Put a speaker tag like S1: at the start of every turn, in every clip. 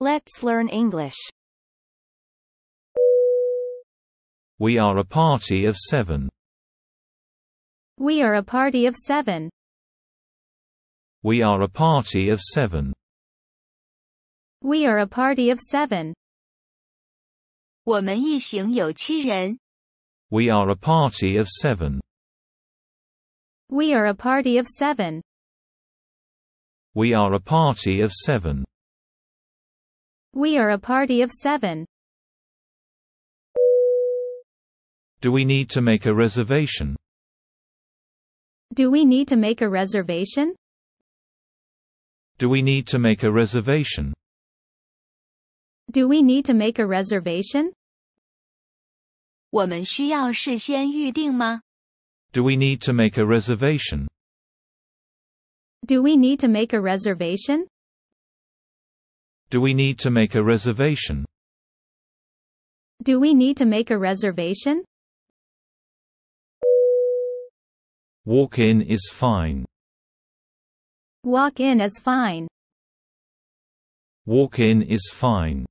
S1: Let's learn English.
S2: We are a party of seven.
S3: We are a party of seven.
S2: We are a party of seven.
S3: We are a party of seven.
S4: 我们一行有七人。
S2: We are a party of seven.
S3: We are a party of seven.
S2: We are a party of seven.
S3: We are a party of seven.
S2: Do we need to make a reservation?
S3: Do we need to make a reservation?
S2: Do we need to make a reservation?
S3: Do we need to make a reservation?
S4: 我们需要事先预定吗？
S2: Do we need to make a reservation?
S3: Do we need to make a reservation?
S2: Do we need to make a reservation?
S3: Do we need to make a reservation?
S2: Walk in is fine.
S3: Walk in is fine.
S2: Walk in is fine.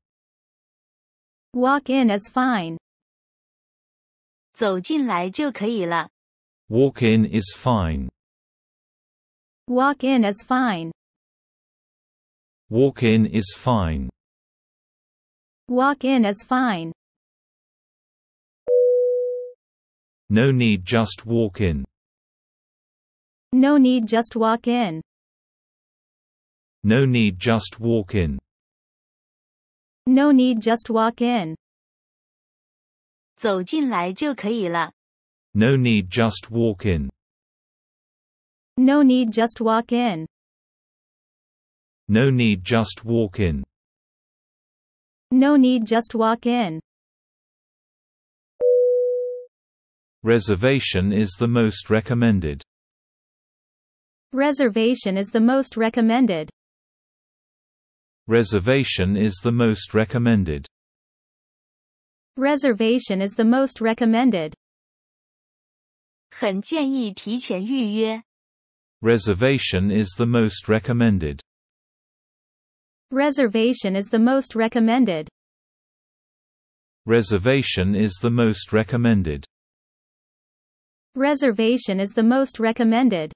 S3: Walk in is fine.
S4: 走进来就可以了。
S2: Walk in is fine.
S3: Walk in is fine.
S2: Walk in is fine.
S3: Walk in is fine.
S2: No need just walk in.
S3: No need just walk in.
S2: No need just walk in.
S3: No need just walk in.
S4: 走进来就可以了。
S2: No need just walk in.
S3: No need just walk in.
S2: No need just walk in.
S3: No need just walk in.
S2: Reservation is the most recommended.
S3: Reservation is the most recommended.
S2: Reservation is the most recommended.
S3: Reservation is the most recommended.
S4: 很建议提前预约。
S2: Reservation is the most recommended.
S3: Reservation is the most recommended.
S2: Reservation is the most recommended.
S3: Reservation is the most recommended.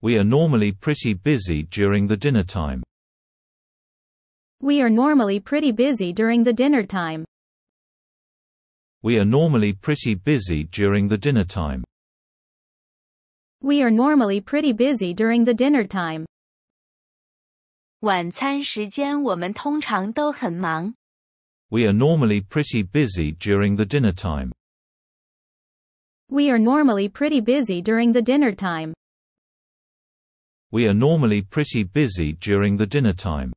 S2: We are normally pretty busy during the dinner time.
S3: We are normally pretty busy during the dinner time.
S2: We are normally pretty busy during the dinner time.
S3: We are normally pretty busy during the dinner time.
S4: 晚餐时间我们通常都很忙。
S2: We are normally pretty busy during the dinner time.
S3: We are normally pretty busy during the dinner time.
S2: We are normally pretty busy during the dinner time.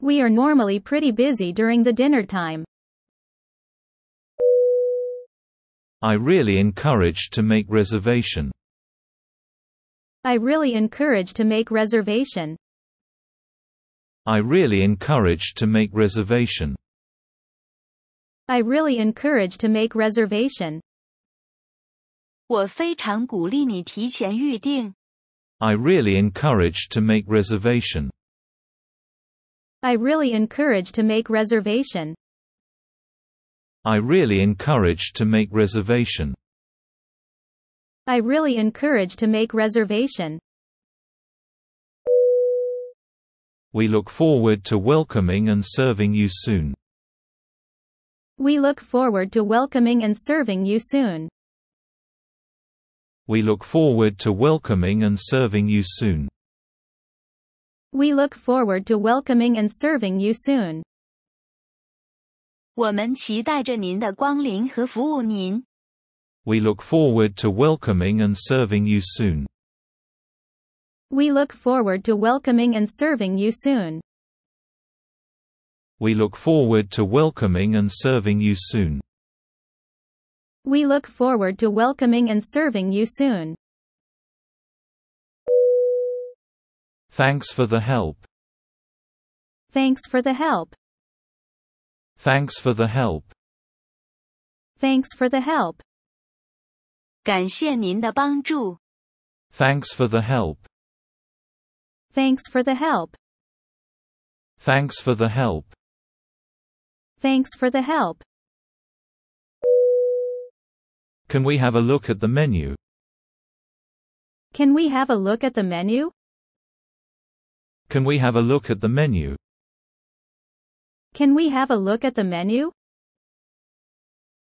S3: We are normally pretty busy during the dinner time.
S2: I really encourage to make reservation.
S3: I really encourage to make reservation.
S2: I really encourage to make reservation.
S3: I really encourage to make reservation.
S4: 我非常鼓励你提前预定。
S2: I really encourage to make reservation.
S3: I really encourage to make reservation.
S2: I really encourage to make reservation.
S3: I really encourage to make reservation.
S2: We look forward to welcoming and serving you soon.
S3: We look forward to welcoming and serving you soon.
S2: We look forward to welcoming and serving you soon.
S3: We look forward to welcoming and serving you soon.
S4: 我们期待着您的光临和服务您。
S2: We look forward to welcoming and serving you soon.
S3: We look forward to welcoming and serving you soon.
S2: We look forward to welcoming and serving you soon.
S3: We look forward to welcoming and serving you soon.
S2: Thanks for the help.
S3: Thanks for the help.
S2: Thanks for the help.
S3: Thanks for the help.
S4: 感谢您的帮助。
S2: Thanks for the help.
S3: Thanks for the help.
S2: Thanks for the help.
S3: Thanks for the help.
S2: Can we have a look at the menu?
S3: Can we have a look at the menu?
S2: Can we have a look at the menu?
S3: Can we have a look at the menu?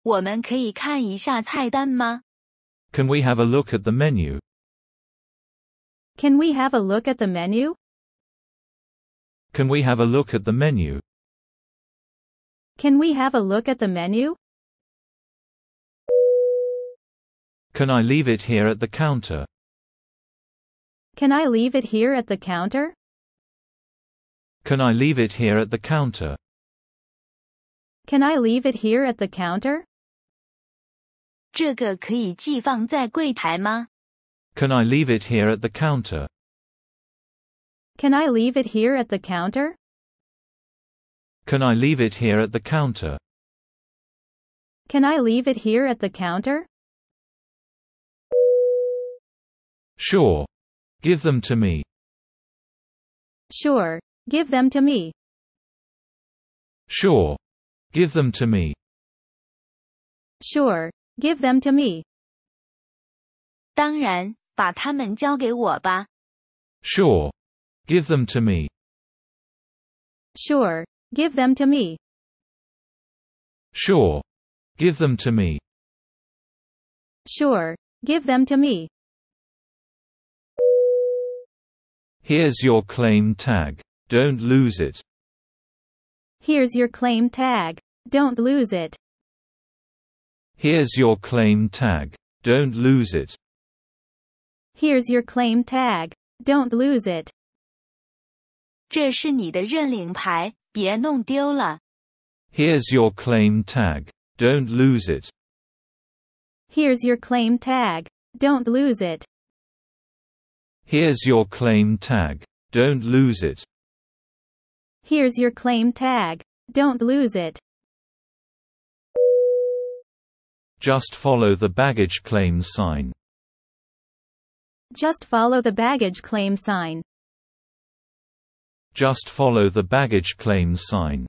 S4: 我们可以看一下菜单吗？
S2: Can we have a look at the menu?
S3: Can we have a look at the menu?
S2: Can we have a look at the menu?
S3: Can we have a look at the menu?
S2: Can I leave it here at the counter?
S3: Can I leave it here at the counter?
S2: Can I leave it here at the counter?
S3: Can I leave it here at the counter?
S4: 这个可以寄放在柜台吗？
S2: Can I leave it here at the counter?
S3: Can I leave it here at the counter?
S2: Can I leave it here at the counter?
S3: Can I leave it here at the counter?
S2: Sure. Give them to me.
S3: Sure. Give them to me.
S2: Sure. Give them to me.
S3: Sure. Give them to me.
S4: 当然，把它们交给我吧。
S2: Sure. Give them to me.
S3: Sure. Give them to me.
S2: Sure. Give them to me.
S3: Sure. Give them to me.
S2: Here's your claim tag. Don't lose it.
S3: Here's your claim tag. Don't lose it.
S2: Here's your claim tag. Don't lose it.
S3: Here's your claim tag. Don't lose it.
S4: 这是你的认领牌，别弄丢了。
S2: Here's your claim tag. Don't lose it.
S3: Here's your claim tag. Don't lose it.
S2: Here's your claim tag. Don't lose it.
S3: Here's your claim tag. Don't lose it.
S2: Just follow the baggage claim sign.
S3: Just follow the baggage claim sign.
S2: Just follow the baggage claim sign.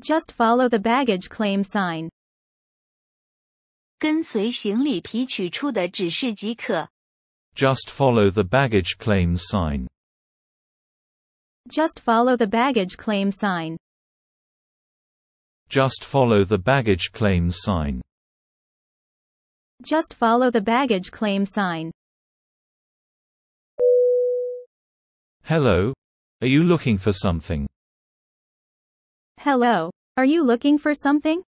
S3: Just follow the baggage claim sign.
S4: 跟随行李提取处的指示即可。
S2: Just follow the baggage claim sign.
S3: Just follow the baggage claim sign.
S2: Just follow the baggage claim sign.
S3: Just follow the baggage claim sign.
S2: Hello? Are you looking for something?
S3: Hello. Are you looking for something?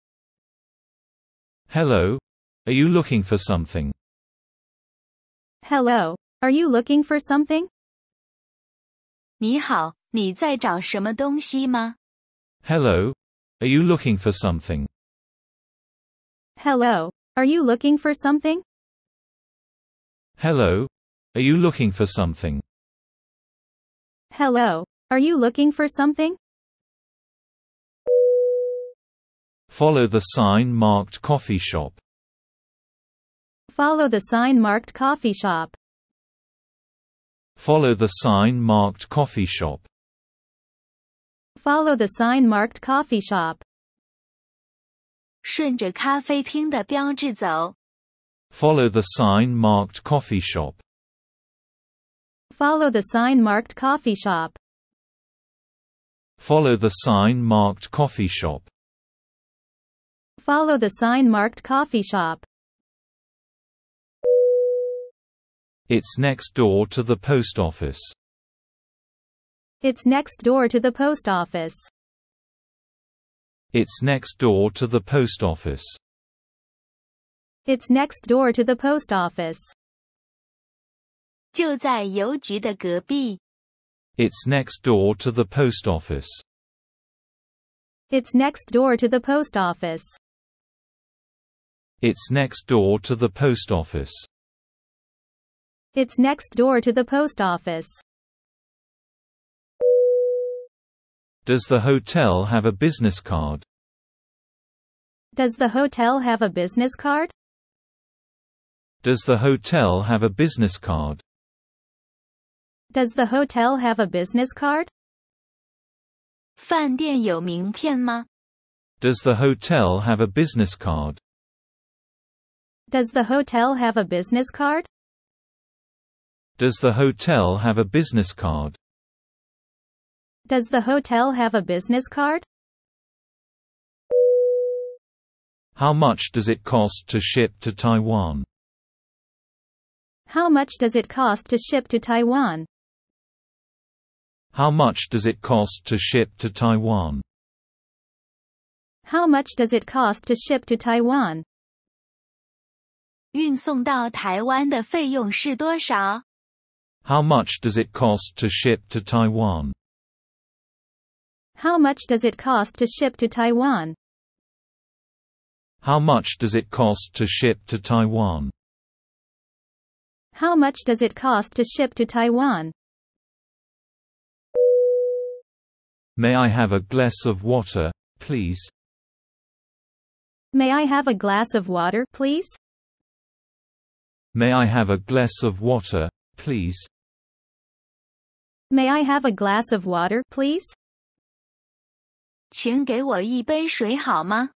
S2: Hello? Are you looking for something?
S3: Hello. Are you looking for something?
S4: 你好，你在找什么东西吗？
S2: Hello? Are you looking for something?
S3: Hello. Are you looking for something?
S2: Hello? Are you looking for something?
S3: Hello. Are you looking for something?
S2: Follow the sign marked coffee shop.
S3: Follow the sign marked coffee shop.
S2: Follow the sign marked coffee shop.
S3: Follow the sign marked coffee shop.
S4: 顺着咖啡厅的标志走。
S2: Follow the sign marked coffee shop.
S3: Follow the sign marked coffee shop.
S2: Follow the sign marked coffee shop.
S3: Follow the sign marked coffee shop.
S2: It's next door to the post office.
S3: It's next door to the post office.
S2: It's next door to the post office.
S3: It's next door to the post office.
S4: 就在邮局的隔壁。
S2: It's next door to the post office.
S3: It's next door to the post office.
S2: It's next door to the post office.
S3: It's next door to the post office.
S2: Does the hotel have a business card?
S3: Does the hotel have a business card?
S2: Does the hotel have a business card?
S3: Does the hotel have a business card?
S4: 饭店有名片吗？
S2: Does the hotel have a business card?
S3: Does the hotel have a business card?
S2: Does the hotel have a business card?
S3: Does the hotel have a business card?
S2: How much does it cost to ship to Taiwan?
S3: How much does it cost to ship to Taiwan?
S2: How much does it cost to ship to Taiwan?
S3: How much does it cost to ship to Taiwan?
S4: 运送到台湾的费用是多少？
S2: How much does it cost to ship to Taiwan?
S3: How much does it cost to ship to Taiwan?
S2: How much does it cost to ship to Taiwan?
S3: How much does it cost to ship to Taiwan?
S2: May I have a glass of water, please?
S3: May I have a glass of water, please?
S2: May I have a glass of water, please?
S3: May I have a glass of water, please?
S4: 请给我一杯水好吗？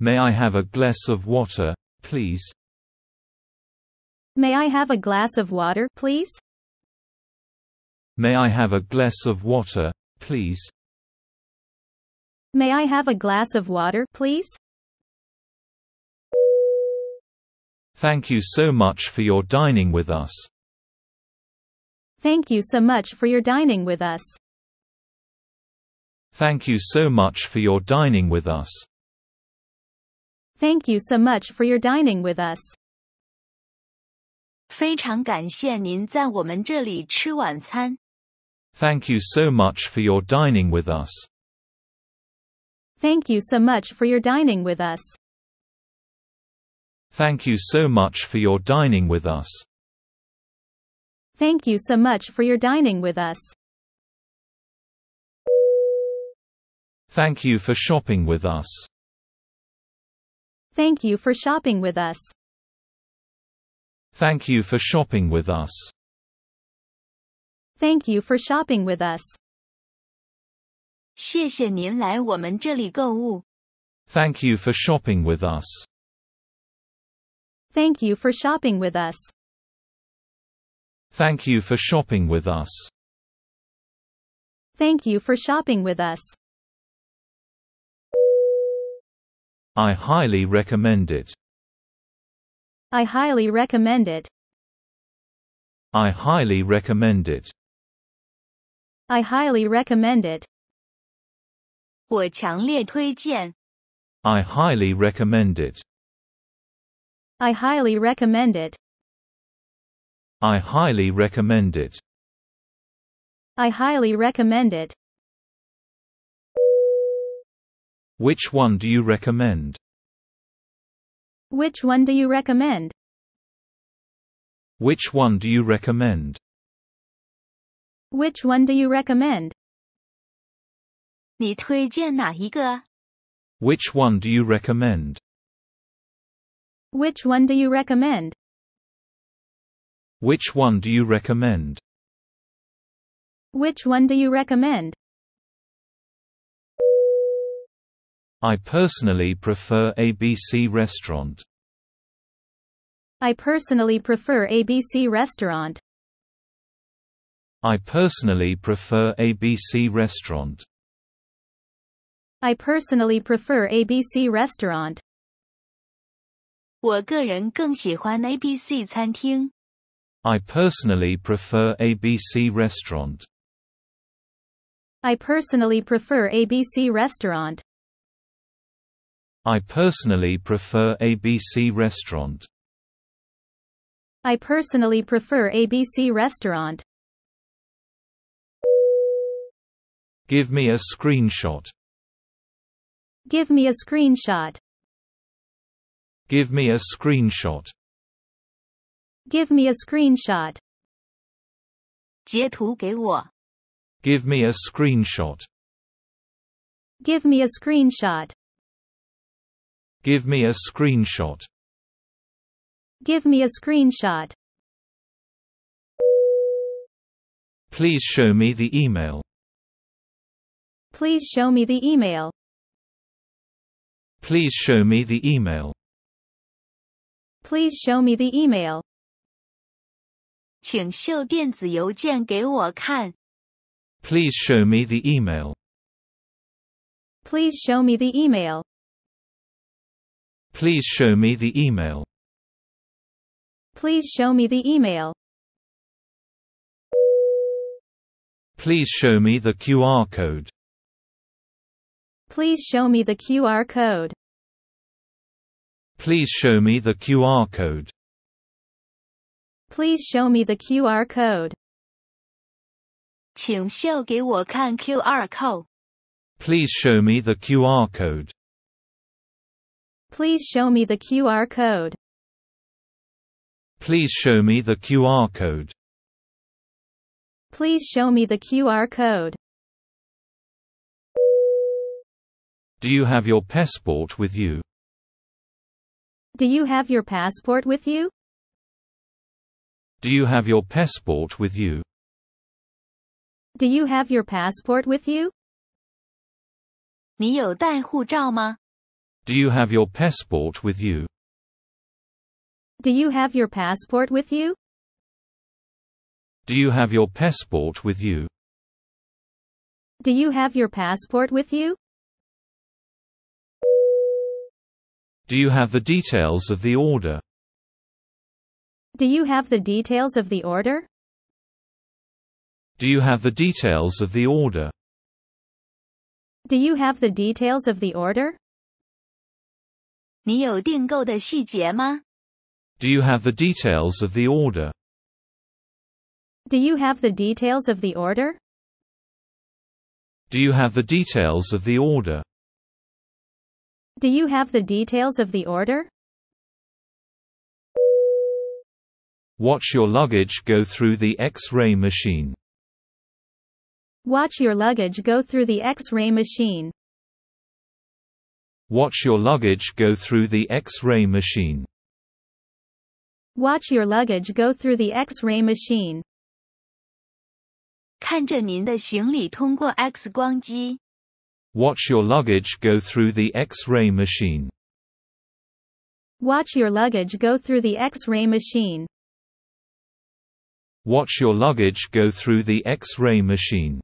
S2: May I have a glass of water, please?
S3: May I have a glass of water, please?
S2: May I have a glass of water, please?
S3: May I have a glass of water, please?
S2: Thank you so much for your dining with us.
S3: Thank you so much for your dining with us.
S2: Thank you so much for your dining with us.
S3: Thank you so much for your dining with us.
S4: 非常感谢您在我们这里吃晚餐。
S2: Thank you so much for your dining with us.
S3: Thank you so much for your dining with us.
S2: Thank you so much for your dining with us.
S3: Thank you so much for your dining with us.
S2: Thank you for shopping with us.
S3: Thank you for shopping with us.
S2: Thank you for shopping with us.
S3: Thank you for shopping with us.
S4: 谢谢您来我们这里购物。
S2: Thank you for shopping with us.
S3: Thank you for shopping with us.
S2: Thank you for shopping with us.
S3: Thank you for shopping with us.
S2: I highly recommend it.
S3: I highly recommend it.
S2: I highly recommend it.
S3: I highly recommend it.
S4: 我强烈推荐，
S2: I highly recommend it.
S3: I highly recommend it.
S2: I highly recommend it.
S3: I highly recommend it.
S2: Which one do you recommend?
S3: Which one do you recommend?
S2: Which one do you recommend?
S3: Which one do you recommend?
S4: 你推荐哪一个？
S2: Which one do you recommend?
S3: Which one do you recommend?
S2: Which one do you recommend?
S3: Which one do you recommend?
S2: I personally prefer ABC restaurant.
S3: I personally prefer ABC restaurant.
S2: I personally prefer ABC restaurant.
S3: I personally prefer ABC restaurant.
S4: 我个人更喜欢 A B C 餐厅。
S2: I personally prefer ABC restaurant.
S3: I personally prefer ABC restaurant.
S2: I personally prefer ABC restaurant.
S3: I personally prefer ABC restaurant.
S2: Give me a screenshot.
S3: Give me a screenshot.
S2: Give me a screenshot.
S3: Give me a screenshot.
S4: 截图给我。
S2: Give me a screenshot.
S3: Give me a screenshot.
S2: Give me a screenshot.
S3: Give me a screenshot.
S2: Please show me the email.
S3: Please show me the email.
S2: Please show me the email.
S3: Please show me the email.
S4: 请秀电子邮件给我看。
S2: Please show me the email.
S3: Please show me the email.
S2: Please show me the email.
S3: Please show me the email.
S2: Please show me the QR code.
S3: Please show me the QR code.
S2: Please show me the QR code.
S3: Please show me the QR code.
S4: 请秀给我看 QR code。
S2: Please show me the QR code.
S3: Please show me the QR code.
S2: Please show me the QR code.
S3: Please show me the QR code.
S2: Do you have your passport with you?
S3: Do you have your passport with you?
S2: Do you have your passport with you?
S3: Do you have your passport with you?
S4: 你有带护照吗？
S2: Do you have your passport with you?
S3: Do you have your passport with you?
S2: Do you have your passport with you?
S3: Do you have your passport with you?
S2: Do you have the details of the order?
S3: Do you have the details of the order?
S2: Do you have the details of the order?
S3: Do you have the details of the order?
S4: 你有订购的细节吗？
S2: Do you have the details of the order?
S3: Do you have the details of the order?
S2: Do you have the details of the order?
S3: Do you have the details of the order?
S2: Watch your luggage go through the X-ray machine.
S3: Watch your luggage go through the X-ray machine.
S2: Watch your luggage go through the X-ray machine.
S3: Watch your luggage go through the X-ray machine.
S4: 看着您的行李通过 X 光机。
S2: Watch your luggage go through the X-ray machine.
S3: Watch your luggage go through the X-ray machine.
S2: Watch your luggage go through the X-ray machine.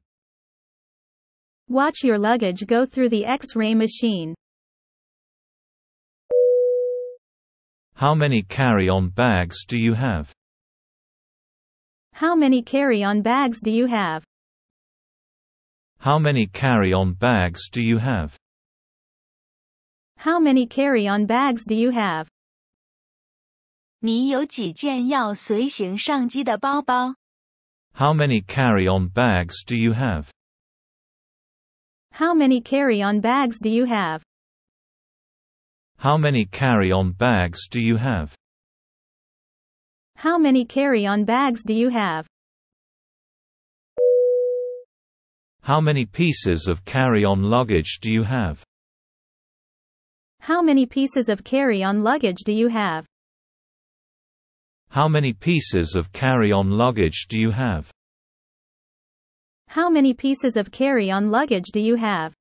S3: Watch your luggage go through the X-ray machine.
S2: How many carry-on bags do you have?
S3: How many carry-on bags do you have?
S2: How many carry-on bags do you have?
S3: How many carry-on bags do you have?
S4: 你有几件要随行上机的包包？
S2: How many carry-on bags do you have?
S3: How many carry-on bags do you have?
S2: How many carry-on bags do you have?
S3: How many carry-on bags do you have?
S2: How many pieces of carry-on luggage do you have?
S3: How many pieces of carry-on luggage do you have?
S2: How many pieces of carry-on luggage do you have?
S3: How many pieces of carry-on luggage do you have?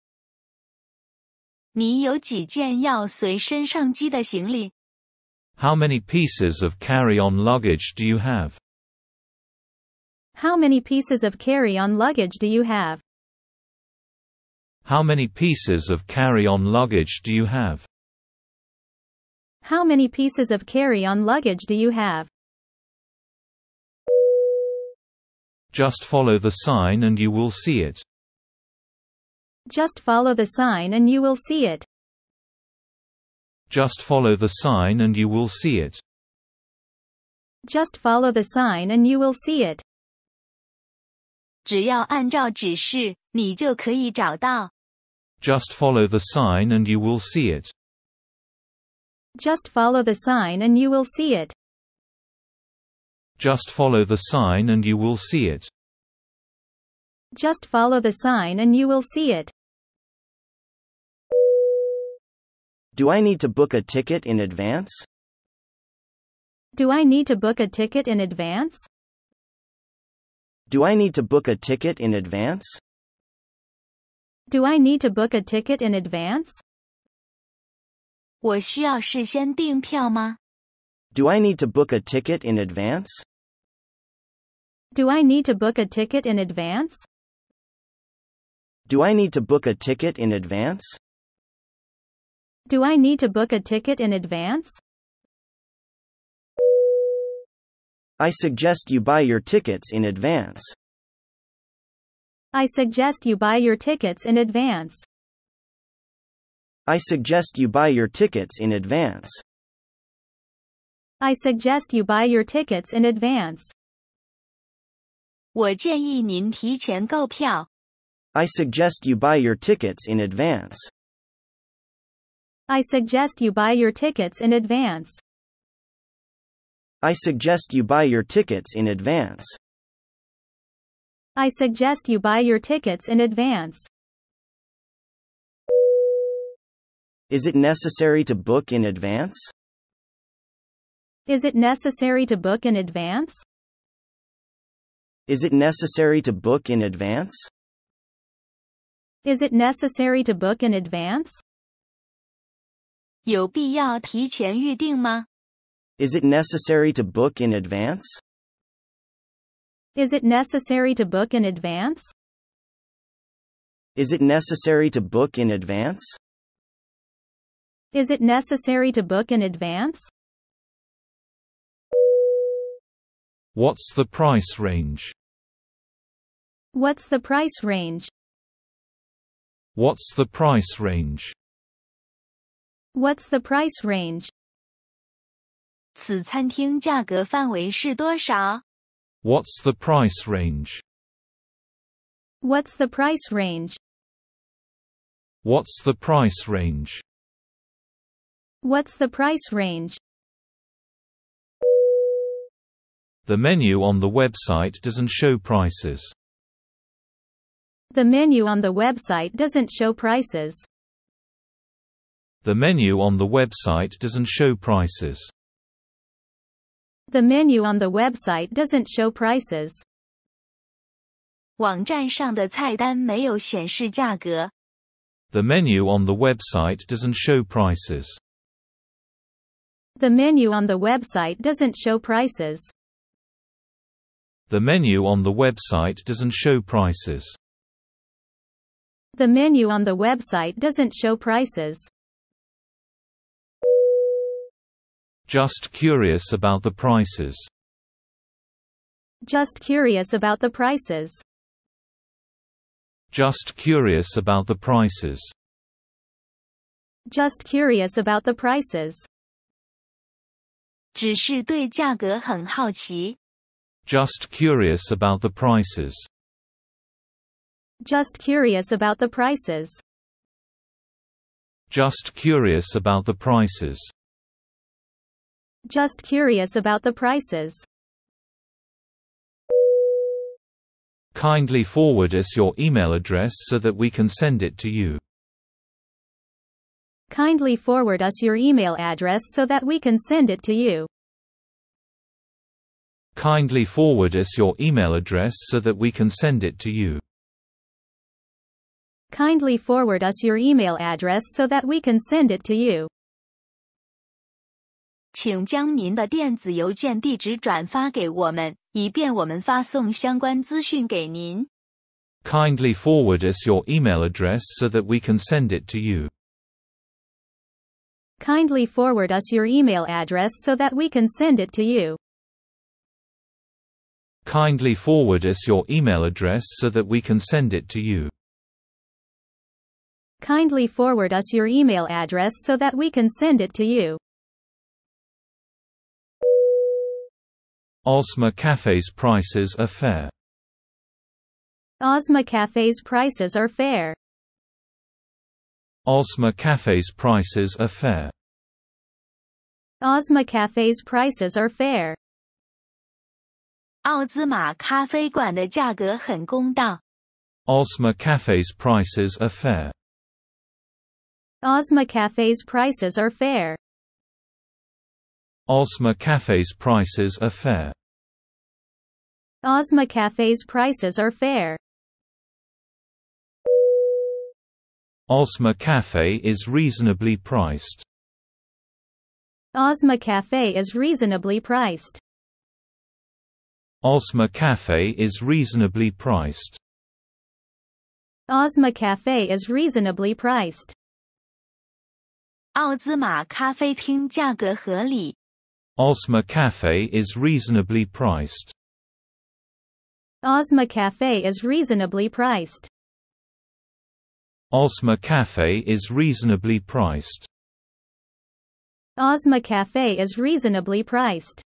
S4: 你有几件要随身上机的行李？
S2: How many pieces of carry-on luggage do you have?
S3: How many pieces of carry-on luggage do you have?
S2: How many pieces of carry-on luggage do you have?
S3: How many pieces of carry-on luggage do you have?
S2: Just follow the sign and you will see it.
S3: Just follow the sign and you will see it.
S2: Just follow the sign and you will see it.
S3: Just follow the sign and you will see it.
S4: 只要按照指示，你就可以找到。
S2: Just follow the sign and you will see it.
S3: Just follow the sign and you will see it.
S2: Just follow the sign and you will see it.
S3: Just follow the sign and you will see it.
S1: Do I need to book a ticket in advance?
S3: Do I need to book a ticket in advance?
S1: Do I need to book a ticket in advance?
S3: Do I need to book a ticket in advance?
S4: 我需要事先订票吗？
S1: Do I need to book a ticket in advance?
S3: Do I need to book a ticket in advance?
S1: Do I need to book a ticket in advance?
S3: Do I need to book a ticket in advance?
S1: I suggest you buy your tickets in advance.
S3: I suggest you buy your tickets in advance.
S1: I suggest you buy your tickets in advance.
S3: I suggest you buy your tickets in advance.
S4: 我建议您提前购票。
S1: I suggest you buy your tickets in advance.
S3: I suggest you buy your tickets in advance.
S1: I suggest you buy your tickets in advance.
S3: I suggest you buy your tickets in advance.
S1: Is it necessary to book in advance?
S3: Is it necessary to book in advance?
S1: Is it necessary to book in advance?
S3: Is it necessary to book in advance?
S4: 有必要提前预定吗？
S1: Is it necessary to book in advance?
S3: Is it necessary to book in advance?
S1: Is it necessary to book in advance?
S3: Is it necessary to book in advance?
S2: What's the price range?
S3: What's the price range?
S2: What's the price range?
S3: What's the price range?
S4: 此餐厅价格范围是多少？
S2: What's the price range?
S3: What's the price range?
S2: What's the price range?
S3: What's the price range?
S2: The menu on the website doesn't show prices.
S3: The menu on the website doesn't show prices.
S2: The menu on the website doesn't show prices.
S3: The menu on the website doesn't show prices.
S4: 网站上的菜单没有显示价格。
S2: The menu on the website doesn't show prices.
S3: The menu on the website doesn't show prices.
S2: The menu on the website doesn't show prices.
S3: The menu on the website doesn't show prices.
S2: Just curious about the prices.
S3: Just curious about the prices.
S2: Just curious about the prices.
S3: Just curious about the prices.
S4: 只是对价格很好奇。
S2: Just curious about the prices.
S3: Just curious about the prices.
S2: Just curious about the prices.
S3: Just curious about the prices.
S2: Kindly forward us your email address so that we can send it to you.
S3: Kindly forward us your email address so that we can send it to you.
S2: Kindly forward us your email address so that we can send it to you.
S3: Kindly forward us your email address so that we can send it to you.
S4: 请将您的电子邮件地址转发给我们，以便我们发送相关资讯给您。
S2: Kindly forward us your email address so that we can send it to you.
S3: Kindly forward us your email address so that we can send it to you.
S2: Kindly forward us your email address so that we can send it to you.
S3: Kindly forward us your email address so that we can send it to you.
S2: Osma Cafe's prices are fair.
S3: Ozma Cafe's prices are fair.
S2: Osma Cafe's prices are fair.
S3: Ozma Cafe's prices are fair.
S4: 奥兹玛咖啡馆的价格很公道。
S2: Osma Cafe's prices are fair.
S3: Ozma Cafe's prices are fair.
S2: Osma Cafe's prices are fair.
S3: Ozma Cafe's prices are fair.
S2: Osma Cafe is reasonably priced.
S3: Ozma Cafe is reasonably priced.
S2: Osma Cafe is reasonably priced.
S3: Ozma Cafe is reasonably priced.
S4: 奥兹玛咖啡厅价格合理。
S2: Osma Cafe is reasonably priced.
S3: Ozma Cafe is reasonably priced.
S2: Osma Cafe is reasonably priced.
S3: Ozma Cafe is reasonably priced.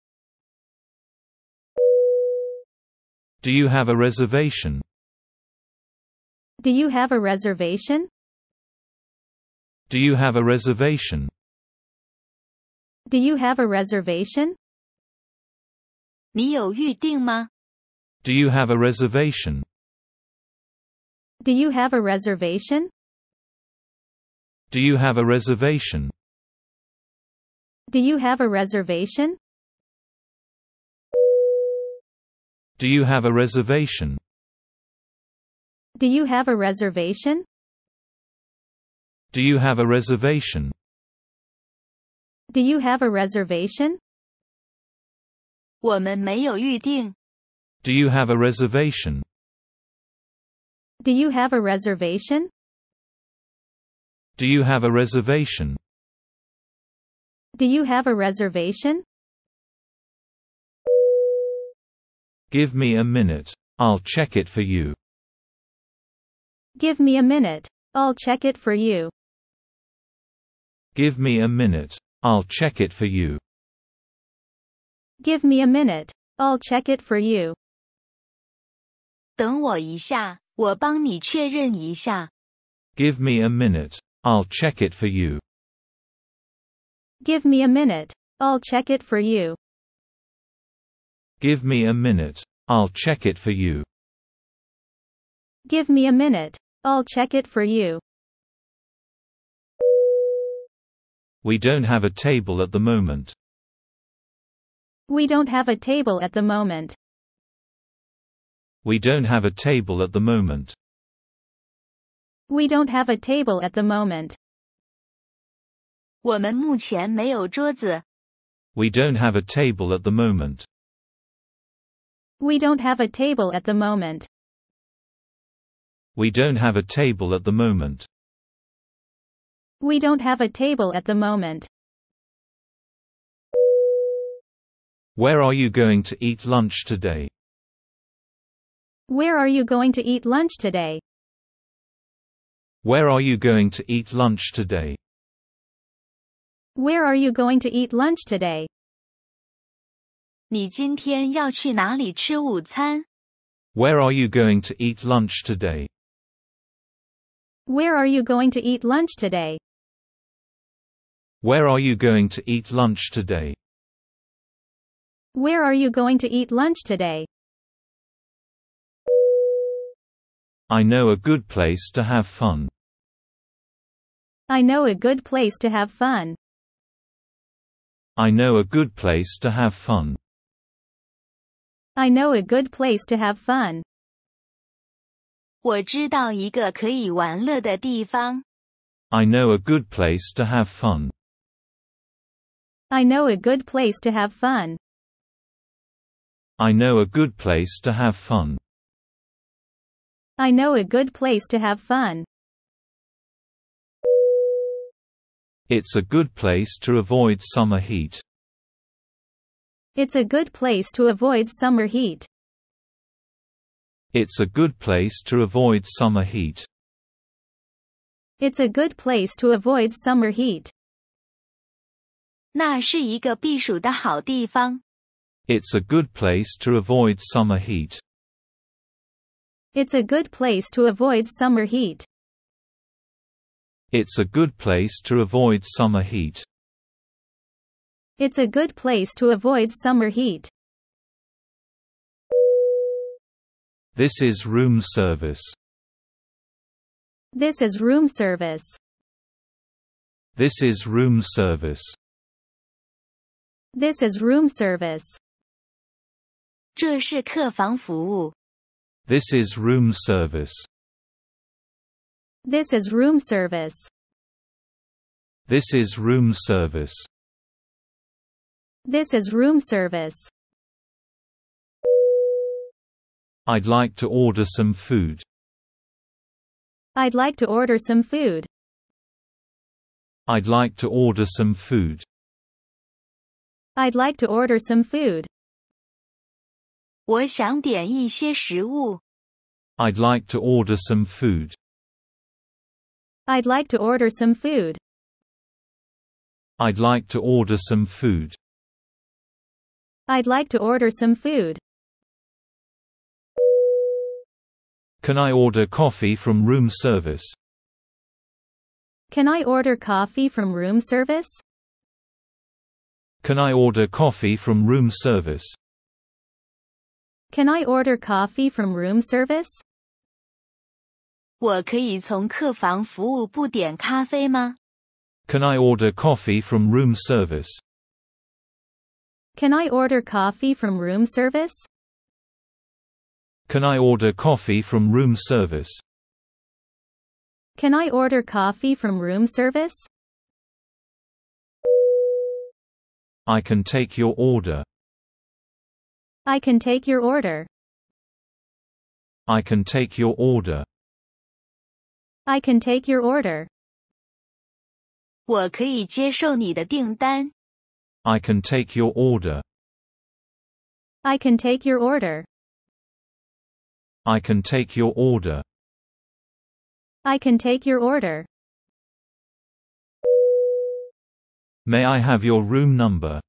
S2: Do you have a reservation?
S3: Do you have a reservation?
S2: Do you have a reservation?
S3: Do you have a reservation?
S4: 你有预定吗？
S2: Do you have a reservation?
S3: Do you have a reservation?
S2: Do you have a reservation?
S3: Do you have a reservation?
S2: Do you have a reservation?
S3: Do you have a reservation?
S2: Do you have a reservation?
S3: Do you have a reservation?
S4: 我们没有预定。
S2: Do you have a reservation?
S3: Do you have a reservation?
S2: Do you have a reservation?
S3: Do you have a reservation?
S2: Give me a minute. I'll check it for you.
S3: Give me a minute. I'll check it for you.
S2: Give me a minute. I'll check it for you.
S3: Give me a minute. I'll check it for you.
S4: 等我一下，我帮你确认一下。
S2: Give me a minute. I'll check it for you.
S3: Give me a minute. I'll check it for you.
S2: Give me a minute. I'll check it for you.
S3: Give me a minute. I'll check it for you.
S2: We don't have a table at the moment.
S3: We don't have a table at the moment.
S2: We don't have a table at the moment.
S3: We don't have a table at the moment.
S4: 我们目前没有桌子。
S2: We don't have a table at the moment.
S3: We don't have a table at the moment.
S2: We don't have a table at the moment.
S3: We don't have a table at the moment.
S2: Where are you going to eat lunch today?
S3: Where are you going to eat lunch today?
S2: Where are you going to eat lunch today?
S3: Where are you going to eat lunch today?
S4: 你今天要去哪里吃午餐？
S2: Where are you going to eat lunch today?
S3: Where are you going to eat lunch today?
S2: Where are you going to eat lunch today?
S3: Where are you going to eat lunch today?
S2: I know a good place to have fun.
S3: I know a good place to have fun.
S2: I know a good place to have fun.
S3: I know a good place to have fun.
S4: 我知道一个可以玩乐的地方。
S2: I know a good place to have fun.
S3: I know a good place to have fun.
S2: I know a good place to have fun.
S3: I know a good place to have fun.
S2: It's a good place to avoid summer heat.
S3: It's a good place to avoid summer heat.
S2: It's a good place to avoid summer heat.
S3: It's a good place to avoid summer heat.
S4: 那是一个避暑的好地方。
S2: It's a good place to avoid summer heat.
S3: It's a good place to avoid summer heat.
S2: It's a good place to avoid summer heat.
S3: It's a good place to avoid summer heat.
S2: This is room service.
S3: This is room service.
S2: This is room service.
S3: This is room service.
S4: 这是客房服务。
S2: This is room service.
S3: This is room service.
S2: This is room service.
S3: This is room service.
S2: I'd like to order some food.
S3: I'd like to order some food.
S2: I'd like to order some food.
S3: I'd like to order some food.
S4: 我想点一些食物。
S2: I'd like to order some food.
S3: I'd like to order some food.
S2: I'd like to order some food.
S3: I'd like to order some food.
S2: Can I order coffee from room service?
S3: Can I order coffee from room service?
S2: Can I order coffee from room service?
S3: Can I order coffee from room service?
S4: 我可以从客房服务部点咖啡吗？
S2: Can I order coffee from room service?
S3: Can I order coffee from room service?
S2: Can I order coffee from room service?
S3: Can I order coffee from room service?
S2: I can take your order.
S3: I can take your order.
S2: I can take your order.
S3: I can take your order.
S4: 我可以接受你的订单。
S2: I can take your order.
S3: I can take your order.
S2: I can take your order.
S3: I can take your order.
S2: May I have your room number?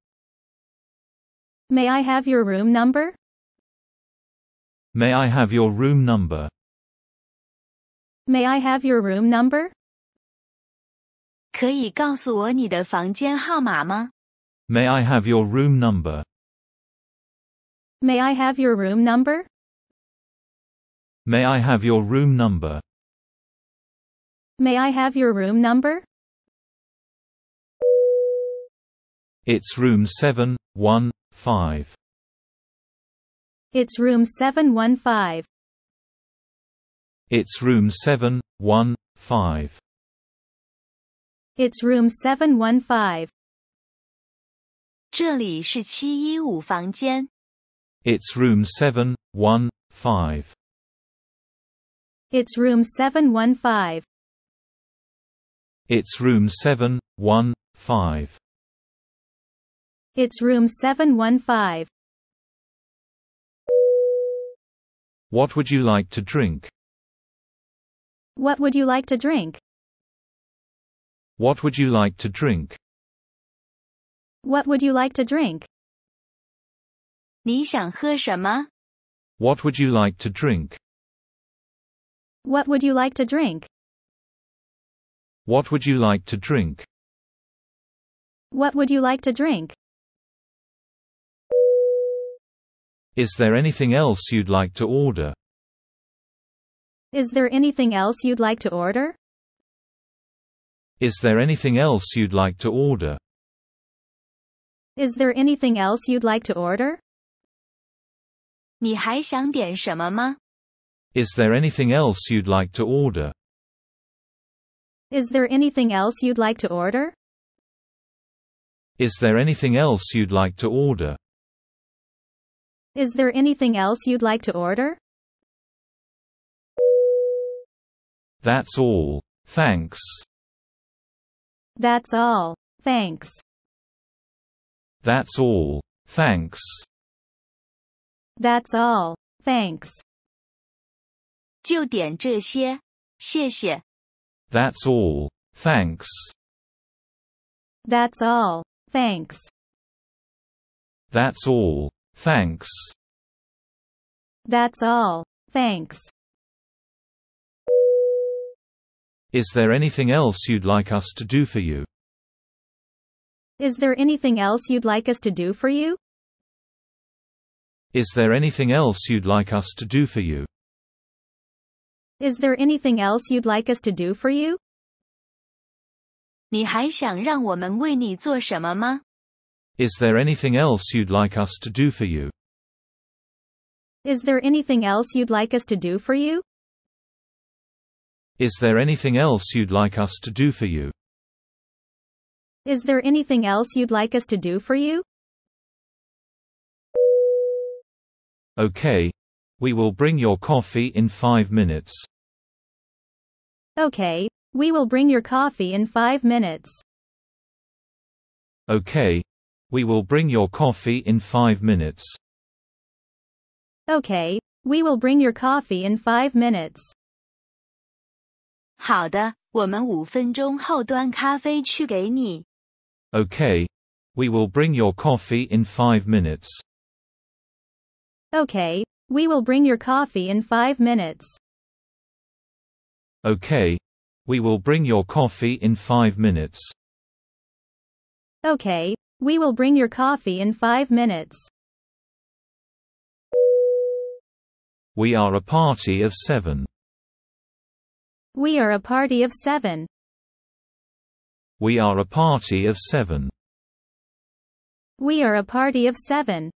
S3: May I have your room number?
S2: May I have your room number?
S3: May I have your room number?
S4: 可以告诉我你的房间号码吗？
S2: May I have your room number?
S3: May I have your room number?
S2: May I have your room number?
S3: May I have your room number?
S2: It's room 715.
S3: It's room 715.
S2: It's room 715.
S3: It's room 715.
S4: 这里是七一五房间。
S2: It's room 715.
S3: It's room 715.
S2: It's room 715.
S3: It's room 715.
S2: What would you like to drink?
S3: What would you like to drink?
S2: What would you like to drink?
S3: What would you like to drink?
S4: 你想喝什么？
S2: What would you like to drink?
S3: What would you like to drink?
S2: What would you like to drink?
S3: What would you like to drink?
S2: Is there anything else you'd like to order?
S3: Is there anything else you'd like to order?
S2: Is there anything else you'd like to order?
S3: Is there anything else you'd like to order?
S4: 你还想点什么吗？
S2: Is there anything else you'd like to order?
S3: Is there anything else you'd like to order?
S2: Is there anything else you'd like to order?
S3: Is there anything else you'd like to order?
S2: That's all. Thanks.
S3: That's all. Thanks.
S2: That's all. Thanks.
S3: That's all. Thanks.
S4: 就点这些，谢谢。
S2: That's all. Thanks.
S3: That's all. Thanks.
S2: That's all. Thanks.
S3: That's all. Thanks.
S2: Is there anything else you'd like us to do for you?
S3: Is there anything else you'd like us to do for you?
S2: Is there anything else you'd like us to do for you?
S3: Is there anything else you'd like us to do for you?
S4: 你还想让我们为你做什么吗？
S2: Is there anything else you'd like us to do for you?
S3: Is there anything else you'd like us to do for you?
S2: Is there anything else you'd like us to do for you?
S3: Is there anything else you'd like us to do for you?
S2: Okay. We will bring your coffee in five minutes.
S3: Okay. We will bring your coffee in five minutes.
S2: Okay. We will bring your coffee in five minutes.
S3: Okay. We will bring your coffee in five minutes.
S4: 好的，我们五分钟后端咖啡去给你。
S2: Okay. We will bring your coffee in five minutes.
S3: Okay. We will bring your coffee in five minutes.
S2: Okay. We will bring your coffee in five minutes.
S3: Okay. We will bring your coffee in five minutes.
S2: We are a party of seven.
S3: We are a party of seven.
S2: We are a party of seven.
S3: We are a party of seven.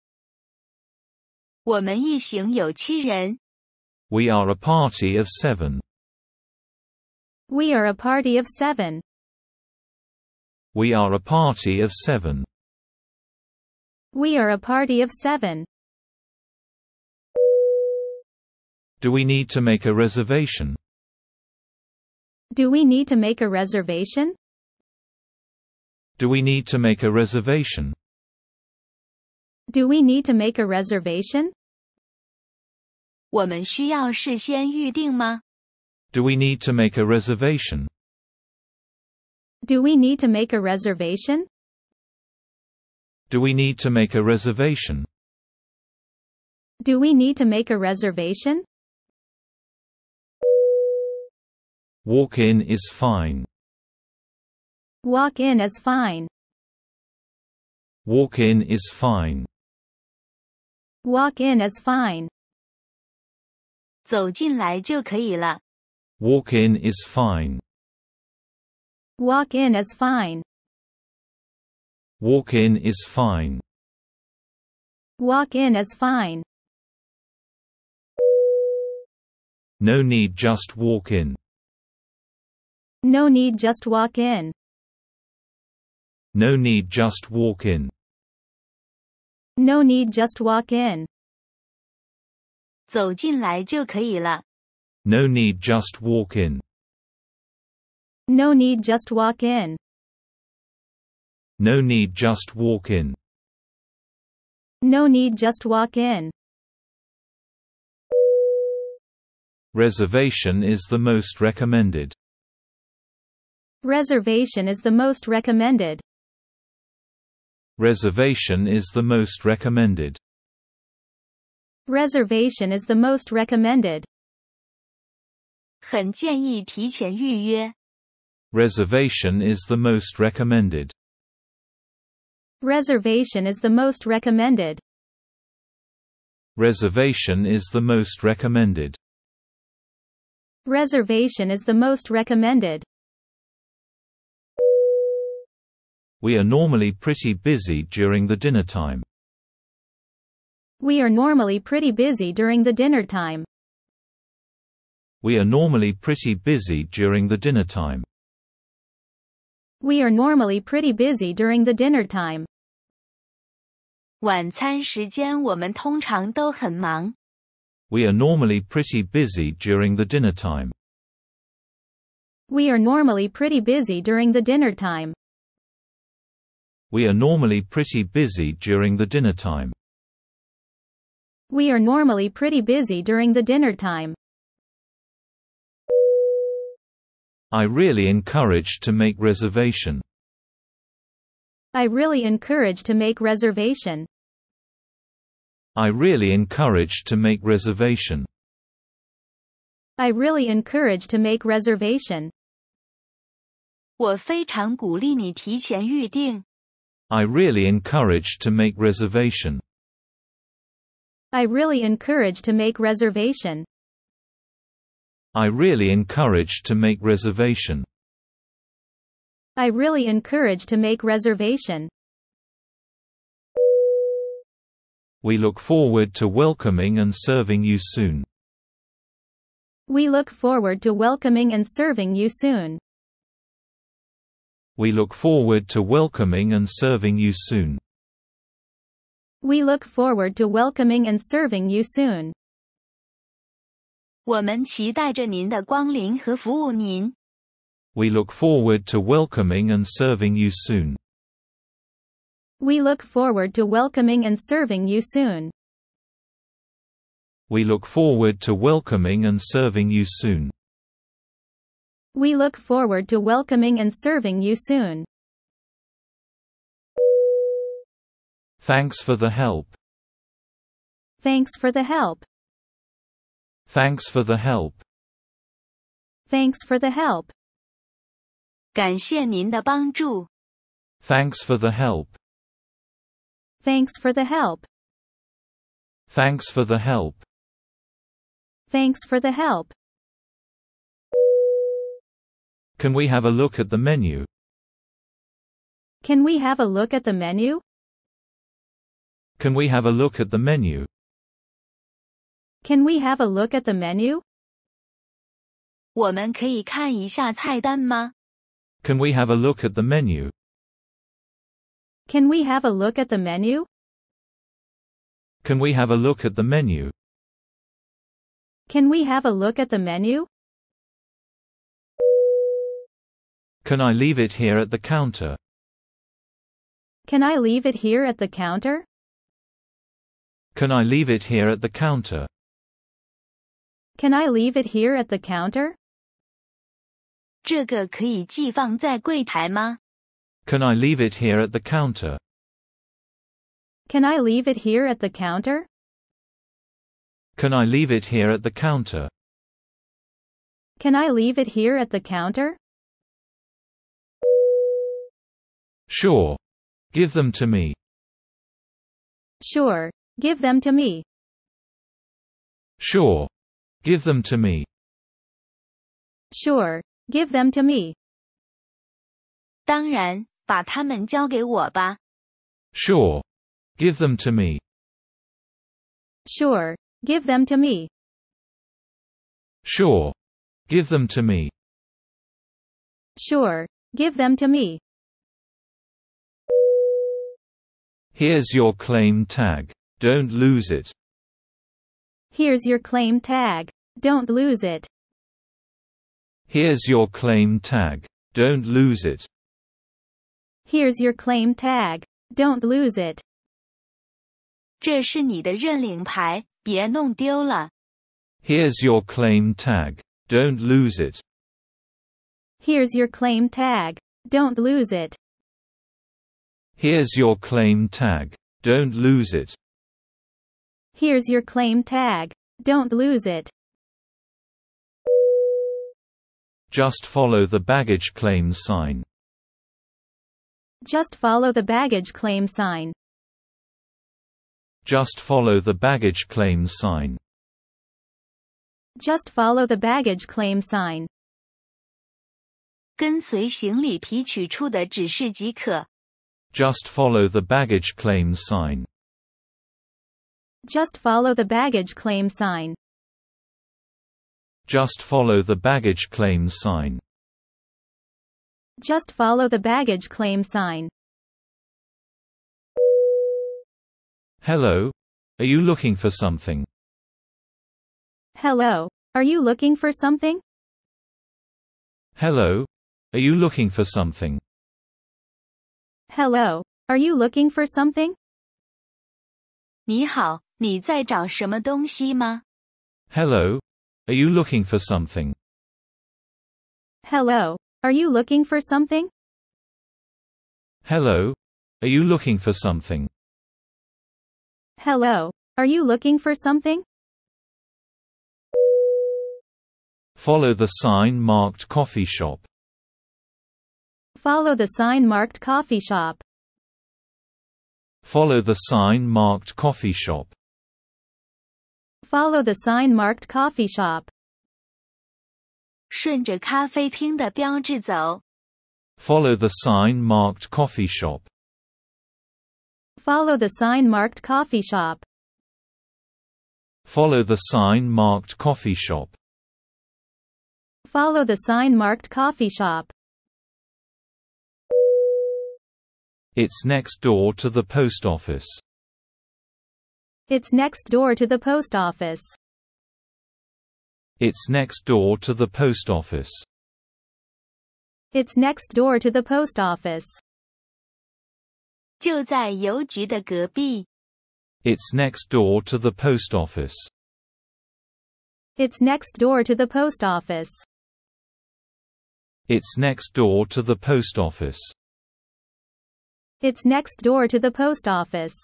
S4: 我们一行有七人。
S2: We are a party of seven.
S3: We are a party of seven.
S2: We are a party of seven.
S3: We are a party of seven.
S2: Do we need to make a reservation?
S3: Do we need to make a reservation?
S2: Do we need to make a reservation?
S3: Do we need to make a reservation?
S4: 我们需要事先预定吗？
S2: Do we need to make a reservation?
S3: Do we need to make a reservation?
S2: Do we need to make a reservation?
S3: Do we need to make a reservation?
S2: Walk in is fine.
S3: Walk in is fine.
S2: Walk in is fine.
S3: Walk in is fine.
S4: 走进来就可以了。
S2: Walk in is fine.
S3: Walk in is fine.
S2: Walk in is fine.
S3: Walk in is fine.
S2: No need just walk in.
S3: No need just walk in.
S2: No need just walk in.
S3: No need just walk in.
S4: 走进来就可以了。
S2: No need just walk in.
S3: No need just walk in.
S2: No need just walk in.
S3: No need just walk in.
S2: Reservation is the most recommended.
S3: Reservation is the most recommended.
S2: Reservation is the most recommended.
S3: Reservation is the most recommended.
S4: 很建议提前预约。
S2: Reservation is the most recommended.
S3: Reservation is the most recommended.
S2: Reservation is the most recommended.
S3: Reservation is the most recommended.
S2: We are normally pretty busy during the dinner time.
S3: We are normally pretty busy during the dinner time.
S2: We are normally pretty busy during the dinner time.
S3: We are normally pretty busy during the dinner time.
S4: 晚餐时间我们通常都很忙。
S2: We are normally pretty busy during the dinner time.
S3: We are normally pretty busy during the dinner time.
S2: We are normally pretty busy during the dinner time.
S3: We are normally pretty busy during the dinner time.
S2: I really encourage to make reservation.
S3: I really encourage to make reservation.
S2: I really encourage to make reservation.
S3: I really encourage to make reservation.
S4: 我非常鼓励你提前预定。
S2: I really encourage to make reservation.
S3: I really encourage to make reservation.
S2: I really encourage to make reservation.
S3: I really encourage to make reservation.
S2: We look forward to welcoming and serving you soon.
S3: We look forward to welcoming and serving you soon.
S2: We look forward to welcoming and serving you soon.
S3: We look forward to welcoming and serving you soon.
S4: 我们期待着您的光临和服务您。
S2: We look forward to welcoming and serving you soon.
S3: We look forward to welcoming and serving you soon.
S2: We look forward to welcoming and serving you soon.
S3: We look forward to welcoming and serving you soon.
S2: Thanks for the help.
S3: Thanks for the help.
S2: Thanks for the help.
S3: Thanks for the help.
S4: 感谢您的帮助，
S2: Thanks for the help.
S3: Thanks for the help.
S2: Thanks for the help.
S3: Thanks for the help.
S2: Can we have a look at the menu?
S3: Can we have a look at the menu?
S2: Can we have a look at the menu?
S3: Can we have a look at the menu?
S4: 我们可以看一下菜单吗？
S2: Can we have a look at the menu?
S3: Can we have a look at the menu?
S2: Can we have a look at the menu?
S3: Can we have a look at the menu?
S2: Can I leave it here at the counter?
S3: Can I leave it here at the counter?
S2: Can I leave it here at the counter?
S3: Can I leave it here at the counter?
S4: 这个可以寄放在柜台吗？
S2: Can I leave it here at the counter?
S3: Can I leave it here at the counter?
S2: Can I leave it here at the counter?
S3: Can I leave it here at the counter?
S2: Sure. Give them to me.
S3: Sure. Give them to me.
S2: Sure. Give them to me.
S3: Sure. Give them to me.
S4: 当然，把它们交给我吧。
S2: Sure. Give them to me.
S3: Sure. Give them to me.
S2: Sure. Give them to me.
S3: Sure. Give them to me.
S2: Here's your claim tag. Don't lose it.
S3: Here's your claim tag. Don't lose it.
S2: Here's your claim tag. Don't lose it.
S3: Here's your claim tag. Don't lose it.
S4: 这是你的认领牌，别弄丢了。
S2: Here's your claim tag. Don't lose it.
S3: Here's your claim tag. Don't lose it.
S2: Here's your claim tag. Don't lose it.
S3: Here's your claim tag. Don't lose it.
S2: Just follow the baggage claim sign.
S3: Just follow the baggage claim sign.
S2: Just follow the baggage claim sign.
S3: Just follow the baggage claim sign.
S4: 跟随行李提取处的指示即可。
S2: Just follow the baggage claim sign.
S3: Just follow the baggage claim sign.
S2: Just follow the baggage claim sign.
S3: Just follow the baggage claim sign.
S2: Hello. Are you looking for something?
S3: Hello. Are you looking for something?
S2: Hello. Are you looking for something?
S3: Hello. Are you looking for something?
S4: 你好，你在找什么东西吗？
S2: Hello. Are you looking for something?
S3: Hello. Are you looking for something?
S2: Hello. Are you looking for something?
S3: Hello. Are you looking for something?
S2: Follow the sign marked coffee shop.
S3: Follow the sign marked coffee shop.
S2: Follow the sign marked coffee shop.
S3: Follow the sign marked coffee shop.
S4: 顺着咖啡厅的标志走。
S2: Follow the sign marked coffee shop.
S3: Follow the sign marked coffee shop.
S2: Follow the sign marked coffee shop.
S3: Follow the sign marked coffee shop.
S2: It's next door to the post office.
S3: It's next door to the post office.
S2: It's next door to the post office.
S3: It's next door to the post office.
S4: 就在邮局的隔壁。
S2: It's next door to the post office.
S3: It's next door to the post office.
S2: It's next door to the post office.
S3: It's next door to the post office.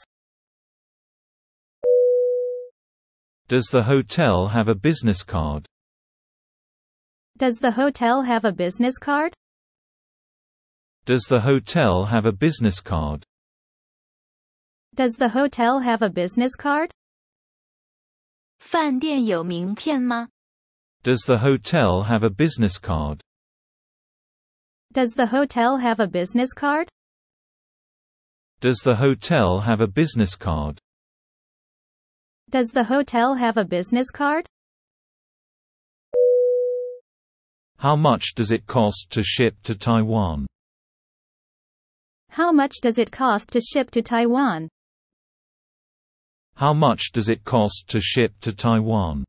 S2: Does the hotel have a business card?
S3: Does the hotel have a business card?
S2: Does the hotel have a business card?
S3: Does the hotel have a business card?
S4: 饭店有名片吗？
S2: Does the hotel have a business card?
S3: Does the hotel have a business card?
S2: Does the hotel have a business card?
S3: Does the hotel have a business card?
S2: How much does it cost to ship to Taiwan?
S3: How much does it cost to ship to Taiwan?
S2: How much does it cost to ship to Taiwan?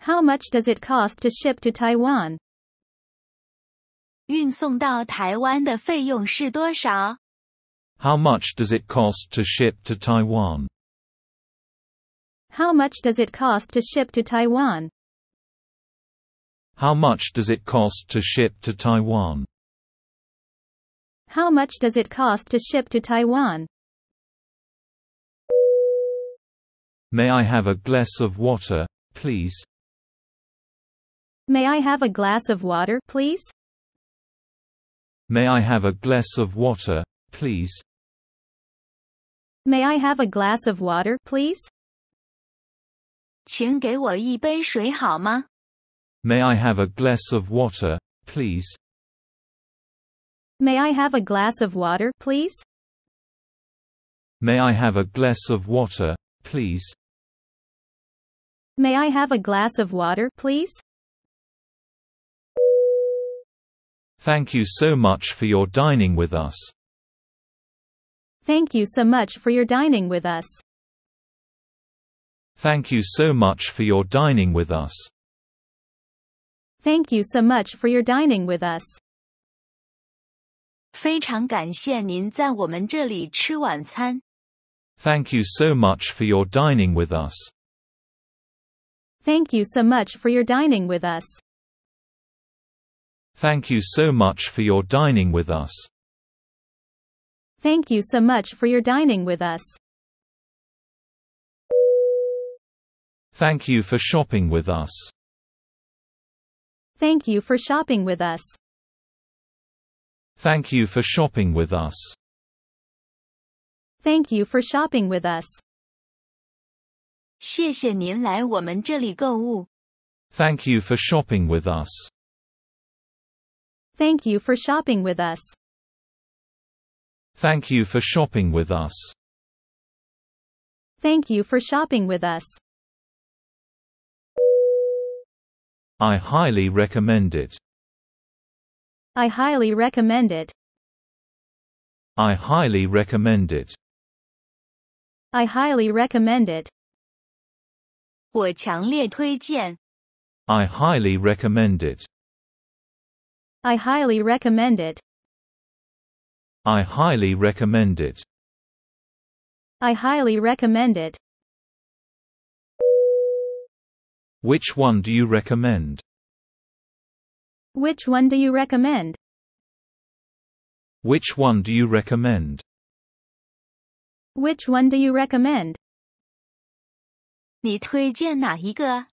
S3: How much does it cost to ship to Taiwan?
S4: 运送到台湾的费用是多少？
S2: How much does it cost to ship to Taiwan?
S3: How much does it cost to ship to Taiwan?
S2: How much does it cost to ship to Taiwan?
S3: How much does it cost to ship to Taiwan?
S2: May I have a glass of water, please?
S3: May I have a glass of water, please?
S2: May I have a glass of water, please?
S3: May I have a glass of water, please?
S4: 请给我一杯水好吗？
S2: May I have a glass of water, please?
S3: May I have a glass of water, please?
S2: May I have a glass of water, please?
S3: May I have a glass of water, please?
S2: Thank you so much for your dining with us.
S3: Thank you so much for your dining with us.
S2: Thank you so much for your dining with us.
S3: Thank you so much for your dining with us.
S4: 非常感谢您在我们这里吃晚餐。
S2: Thank you so much for your dining with us.
S3: Thank you so much for your dining with us.
S2: Thank you so much for your dining with us.
S3: Thank you so much for your dining with us.
S2: Thank you for shopping with us.
S3: Thank you for shopping with us.
S2: Thank you for shopping with us.
S3: Thank you for shopping with us.
S4: 谢谢您来我们这里购物。
S2: Thank you for shopping with us.
S3: Thank you for shopping with us.
S2: Thank you for shopping with us.
S3: Thank you for shopping with us.
S2: I highly recommend it.
S3: I highly recommend it.
S2: I highly recommend it.
S3: I highly recommend it.
S4: 我强烈推荐，
S2: I highly recommend it.
S3: I highly recommend it.
S2: I highly recommend it.
S3: I highly recommend it.
S2: Which one do you recommend?
S3: Which one do you recommend?
S2: Which one do you recommend?
S3: Which one do you recommend?
S4: 你推荐哪一个？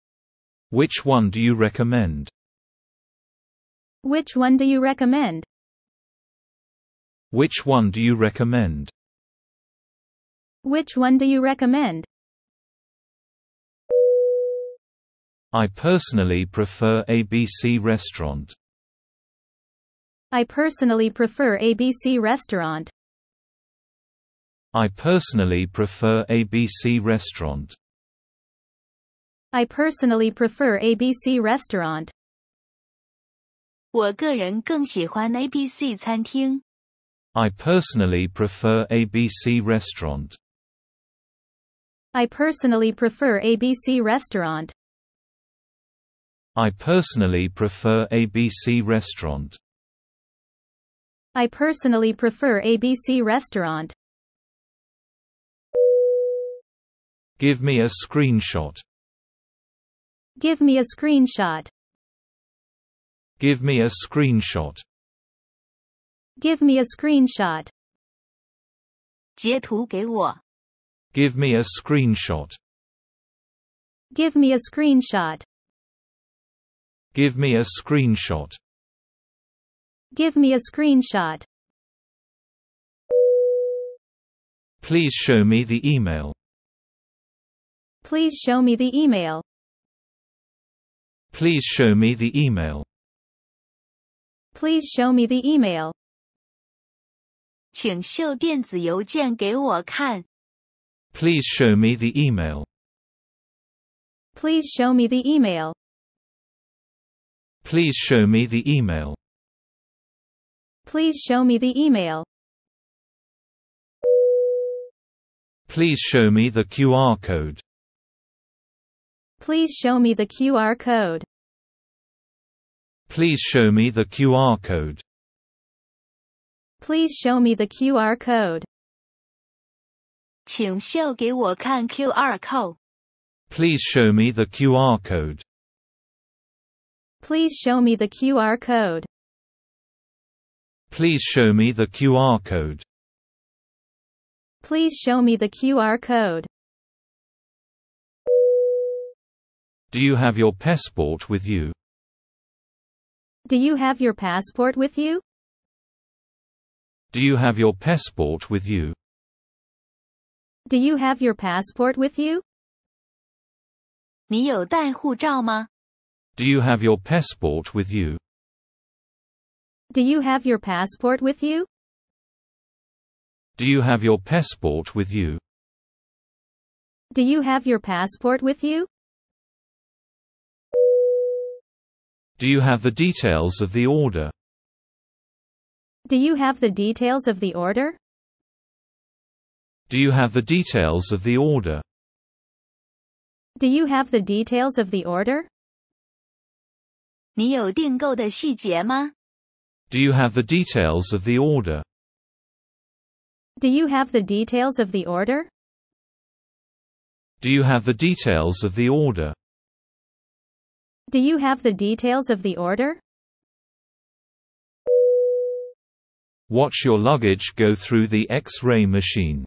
S2: Which one do you recommend?
S3: Which one do you recommend?
S2: Which one do you recommend?
S3: Which one do you recommend?
S2: I personally prefer ABC restaurant.
S3: I personally prefer ABC restaurant.
S2: I personally prefer ABC restaurant.
S3: I personally prefer ABC restaurant.
S4: 我个人更喜欢 ABC 餐厅。
S2: I personally prefer ABC restaurant.
S3: I personally prefer ABC restaurant.
S2: I personally prefer ABC restaurant.
S3: I personally prefer ABC restaurant.
S2: Give me a screenshot.
S3: Give me a screenshot.
S2: Give me a screenshot.
S3: Give me a screenshot.
S4: 截图给我，
S2: Give me a screenshot.
S3: Give me a screenshot.
S2: Give me a screenshot.
S3: Give me a screenshot.
S2: Please show me the email.
S3: Please show me the email.
S2: Please show me the email.
S3: Please show me the email.
S4: 请秀电子邮件给我看。
S2: Please show me the email.
S3: Please show me the email.
S2: Please show me the email.
S3: Please show me the email.
S2: Please show me the QR code.
S3: Please show me the QR code.
S2: Please show me the QR code.
S3: Please show me the QR code.
S4: 请秀给我看 QR code。
S2: Please show me the QR code.
S3: Please show me the QR code.
S2: Please show me the QR code.
S3: Please show me the QR code.
S2: Do you have your passport with you?
S3: Do you have your passport with you?
S2: Do you have your passport with you?
S3: Do you have your passport with you?
S4: 你有带护照吗？
S2: Do you have your passport with you?
S3: Do you have your passport with you?
S2: Do you have your passport with you?
S3: Do you have your passport with you?
S2: Do you have the details of the order?
S3: Do you have the details of the order?
S2: Do you have the details of the order?
S3: Do you have the details of the order?
S4: 你有订购的细节吗？
S2: Do you have the details of the order?
S3: Do you have the details of the order?
S2: Do you have the details of the order?
S3: Do you have the details of the order?
S2: Watch your luggage go through the X-ray machine.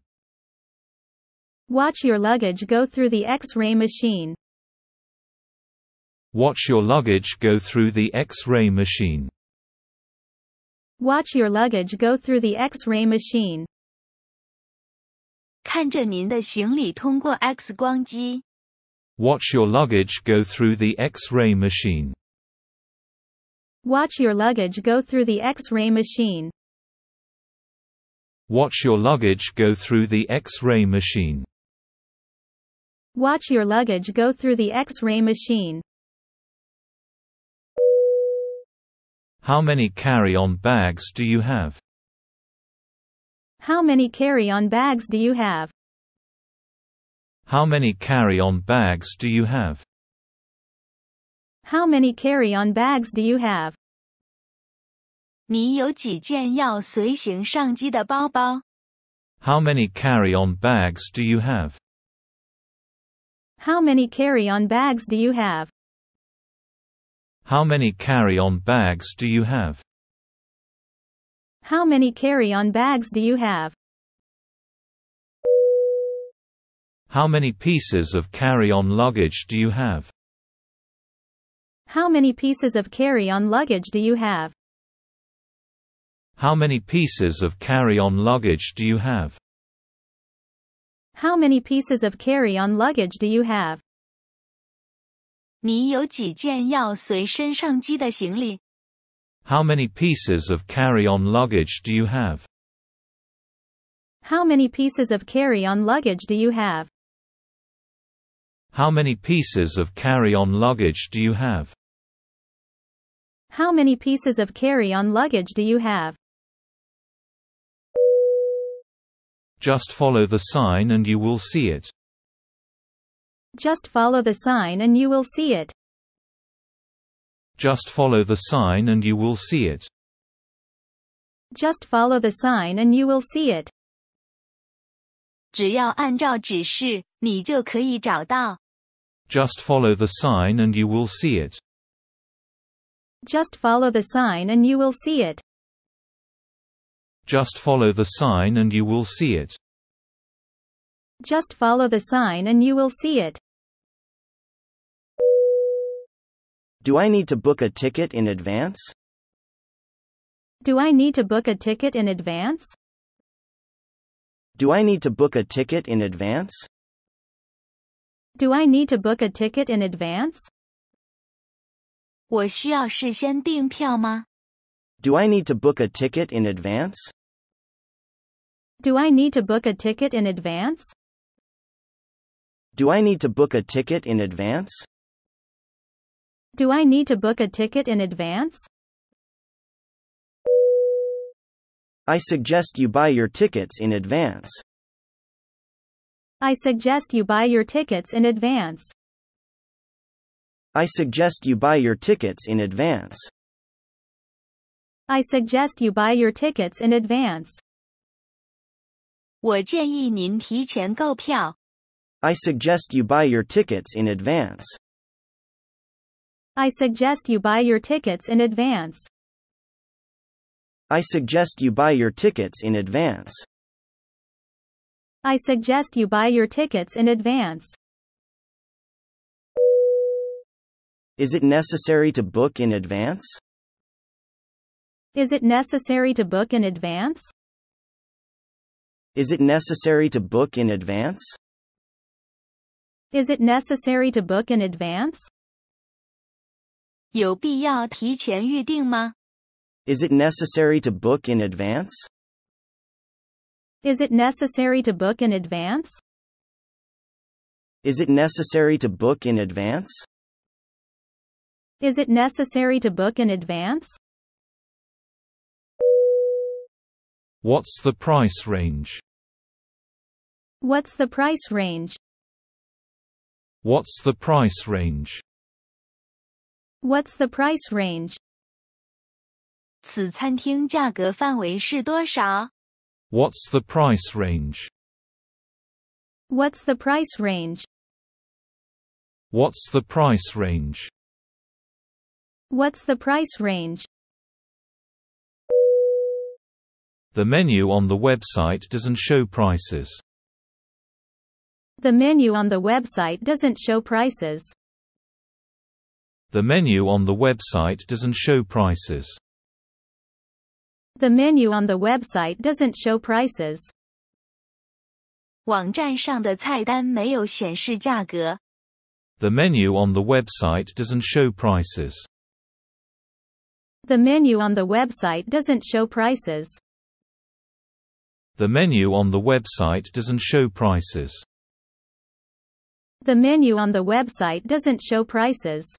S3: Watch your luggage go through the X-ray machine.
S2: Watch your luggage go through the X-ray machine.
S3: Watch your luggage go through the X-ray machine.
S4: 看着您的行李通过 X 光机，
S2: Watch your luggage go through the X-ray machine.
S3: Watch your luggage go through the X-ray machine.
S2: Watch your luggage go through the X-ray machine.
S3: Watch your luggage go through the X-ray machine.
S2: How many carry-on bags do you have?
S3: How many carry-on bags do you have?
S2: How many carry-on bags do you have?
S3: How many carry-on bags do you have?
S4: 你有几件要随行上机的包包？
S2: How many carry-on bags do you have?
S3: How many carry-on bags do you have?
S2: How many carry-on bags do you have?
S3: How many carry-on bags do you have?
S2: How many pieces of carry-on luggage do you have?
S3: How many pieces of carry-on luggage do you have?
S2: How many pieces of carry-on luggage do you have?
S3: How many pieces of carry-on luggage do you have?
S4: 你有几件要随身上机的行李？
S2: How many pieces of carry-on luggage do you have?
S3: How many pieces of carry-on luggage do you have?
S2: How many pieces of carry-on luggage do you have?
S3: How many pieces of carry on luggage do you have?
S2: Just follow the sign and you will see it.
S3: Just follow the sign and you will see it.
S2: Just follow the sign and you will see it.
S3: Just follow the sign and you will see it.
S4: 只要按照指示，你就可以找到。
S2: Just follow the sign and you will see it.
S3: Just follow the sign and you will see it.
S2: Just follow the sign and you will see it.
S3: Just follow the sign and you will see it.
S1: Do I need to book a ticket in advance?
S3: Do I need to book a ticket in advance?
S1: Do I need to book a ticket in advance?
S3: Do I need to book a ticket in advance?
S4: 我需要事先订票吗？
S1: Do I need to book a ticket in advance?
S3: Do I need to book a ticket in advance?
S1: Do I need to book a ticket in advance?
S3: Do I need to book a ticket in advance?
S1: I suggest you buy your tickets in advance.
S3: I suggest you buy your tickets in advance.
S1: I suggest you buy your tickets in advance.
S3: I suggest you buy your tickets in advance.
S4: 我建议您提前购票。
S1: I suggest you buy your tickets in advance.
S3: I suggest you buy your tickets in advance.
S1: I suggest you buy your tickets in advance.
S3: I suggest you buy your tickets in advance.
S1: Is it necessary to book in advance?
S3: Is it necessary to book in advance?
S1: Is it necessary to book in advance?
S3: Is it necessary to book in advance?
S4: 有必要提前预定吗？
S1: Is it necessary to book in advance?
S3: Is it necessary to book in advance?
S1: Is it necessary to book in advance?
S3: Is it necessary to book in advance?
S2: What's the price range?
S3: What's the price range?
S2: What's the price range?
S3: What's the price range?
S4: 此餐厅价格范围是多少？
S2: What's the price range?
S3: What's the price range?
S2: What's the price range?
S3: What's the price range?
S2: The menu on the website doesn't show prices.
S3: The menu on the website doesn't show prices.
S2: The menu on the website doesn't show prices.
S3: The menu on the website doesn't show prices.
S4: 网站上的菜单没有显示价格。
S2: The menu on the website doesn't show prices.
S3: The menu on the website doesn't show prices.
S2: The menu on the website doesn't show prices.
S3: The menu on the website doesn't show prices.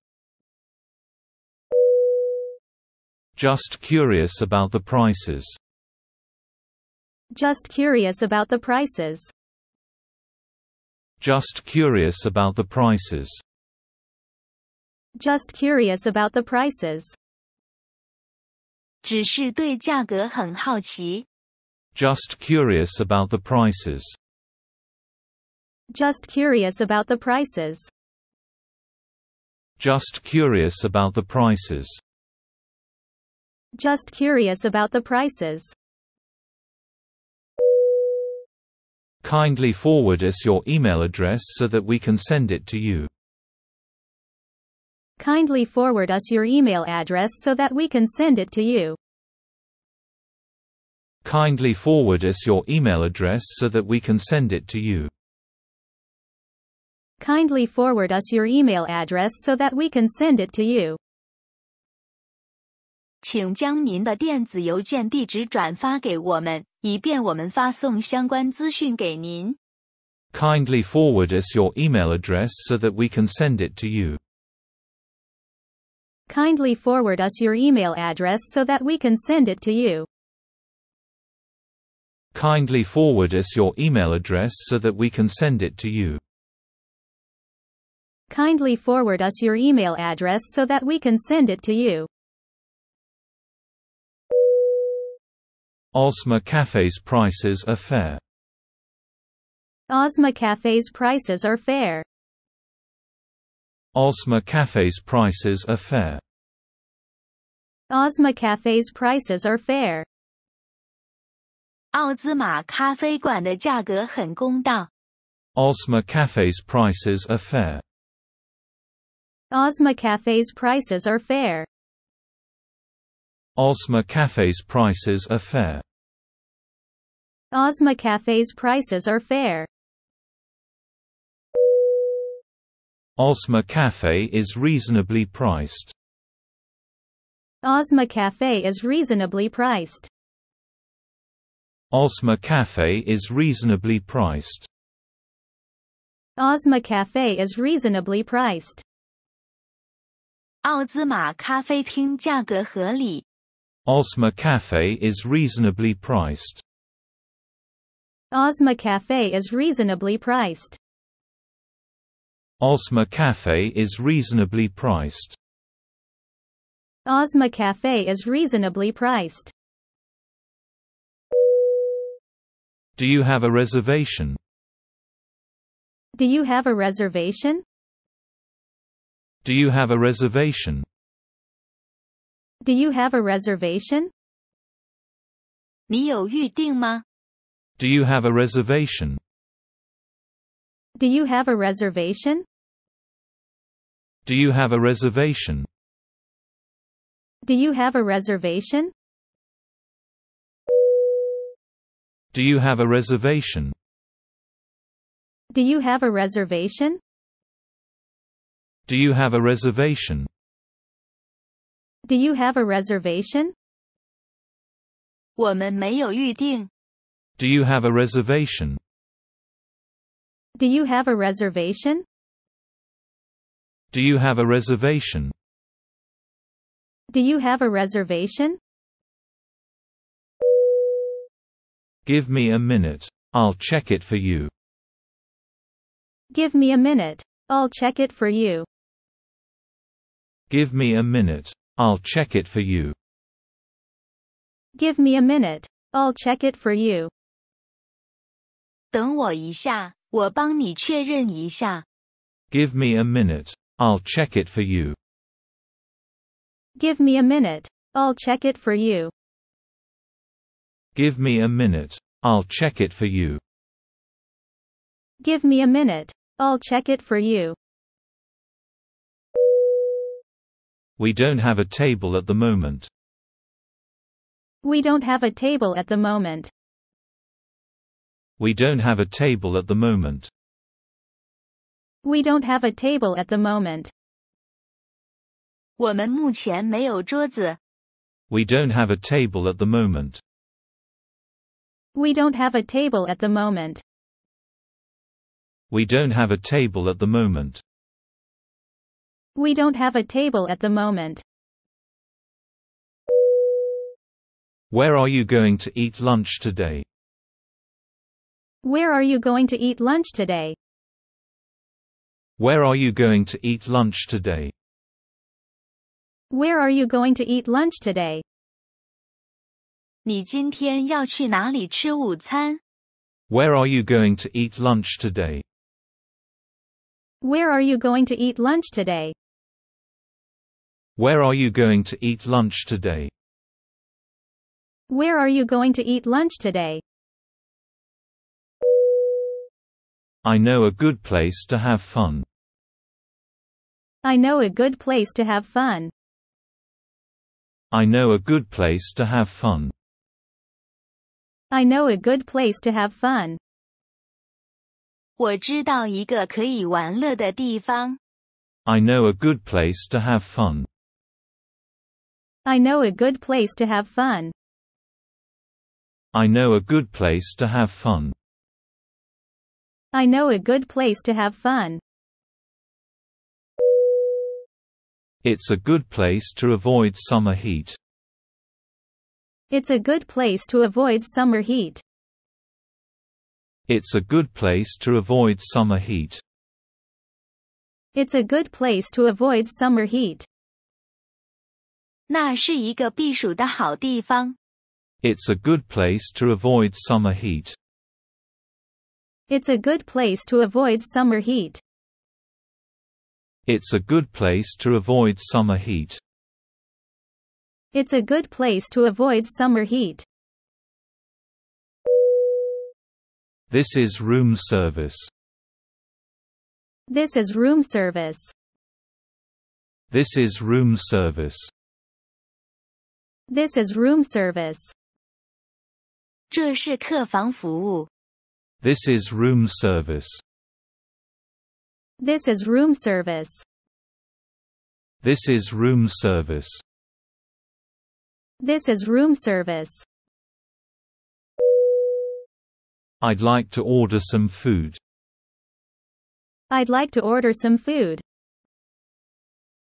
S2: Just curious about the prices.
S3: Just curious about the prices.
S2: Just curious about the prices.
S3: Just curious about the prices.
S4: 只是对价格很好奇。
S2: Just curious about the prices.
S3: Just curious about the prices.
S2: Just curious about the prices.
S3: Just curious about the prices.
S2: Kindly forward us your email address so that we can send it to you.
S3: Kindly forward us your email address so that we can send it to you.
S2: Kindly forward us your email address so that we can send it to you.
S3: Kindly forward us your email address so that we can send it to you.
S4: 请将您的电子邮件地址转发给我们，以便我们发送相关资讯给您。
S2: Kindly forward us your email address so that we can send it to you.
S3: Kindly forward us your email address so that we can send it to you.
S2: Kindly forward us your email address so that we can send it to you.
S3: Kindly forward us your email address so that we can send it to you.
S2: Osma Cafe's prices are fair.
S3: Ozma Cafe's prices are fair.
S2: Osma Cafe's prices are fair.
S3: Ozma Cafe's prices are fair.
S4: 奥兹玛咖啡馆的价格很公道。
S2: Osma Cafe's prices are fair.
S3: Ozma Cafe's prices are fair.
S2: Osma Cafe's prices are fair.
S3: Ozma Cafe's prices are fair.
S2: Osma Cafe is reasonably priced.
S3: Ozma Cafe is reasonably priced.
S2: Osma Cafe is reasonably priced.
S3: Ozma Cafe is reasonably priced.
S4: 奥兹玛咖啡厅价格合理。
S2: Osma Cafe is reasonably priced.
S3: Ozma Cafe is reasonably priced.
S2: Osma Cafe is reasonably priced.
S3: Ozma Cafe is reasonably priced.
S2: Do you have a reservation?
S3: Do you have a reservation?
S2: Do you have a reservation?
S3: Do you have a reservation?
S4: 你有预定吗？
S2: Do you have a reservation?
S3: Do you have a reservation?
S2: Do you have a reservation?
S3: Do you have a reservation?
S2: Do you have a
S3: Do you have a
S2: reservation?
S3: reservation?
S2: Do you have a reservation?
S3: Do you have a reservation?
S4: 我们没有预定。
S2: Do you have a reservation?
S3: Do you have a reservation?
S2: Do you have a reservation?
S3: Do you have a reservation?
S2: Give me a minute. I'll check it for you.
S3: Give me a minute. I'll check it for you.
S2: Give me a minute. I'll check it for you.
S3: Give me a minute. I'll check it for you.
S4: 等我一下，我帮你确认一下。
S2: Give me a minute. I'll check it for you.
S3: Give me a minute. I'll check it for you.
S2: Give me a minute. I'll check it for you.
S3: Give me a minute. I'll check it for you.
S2: We don't have a table at the moment.
S3: We don't have a table at the moment.
S2: We don't have a table at the moment.
S3: We don't have a table at the moment.
S4: 我们目前没有桌子。
S2: We don't have a table at the moment.
S3: We don't have a table at the moment.
S2: We don't have a table at the moment.
S3: We don't have a table at the moment.
S2: Where are you going to eat lunch today?
S3: Where are you going to eat lunch today?
S2: Where are you going to eat lunch today?
S3: Where are you going to eat lunch today?
S4: 你今天要去哪里吃午餐？
S2: Where are you going to eat lunch today?
S3: Where are you going to eat lunch today?
S2: Where are you going to eat lunch today?
S3: Where are you going to eat lunch today?
S2: I know a good place to have fun.
S3: I know a good place to have fun.
S2: I know a good place to have fun.
S3: I know a good place to have fun.
S4: 我知道一个可以玩乐的地方。
S2: I know a good place to have fun.
S3: I know a good place to have fun.
S2: I know a good place to have fun.
S3: I know a good place to have fun.
S2: It's a good place to avoid summer heat.
S3: It's a good place to avoid summer heat.
S2: It's a good place to avoid summer heat.
S3: It's a good place to avoid summer heat.
S4: 那是一个避暑的好地方。
S2: It's a good place to avoid summer heat.
S3: It's a good place to avoid summer heat.
S2: It's a good place to avoid summer heat.
S3: It's a good place to avoid summer heat.
S2: This is room service.
S3: This is room service.
S2: This is room service.
S3: This is room service.
S4: 这是客房服务。
S2: This is room service.
S3: This is room service.
S2: This is room service.
S3: This is room service.
S2: I'd like to order some food.
S3: I'd like to order some food.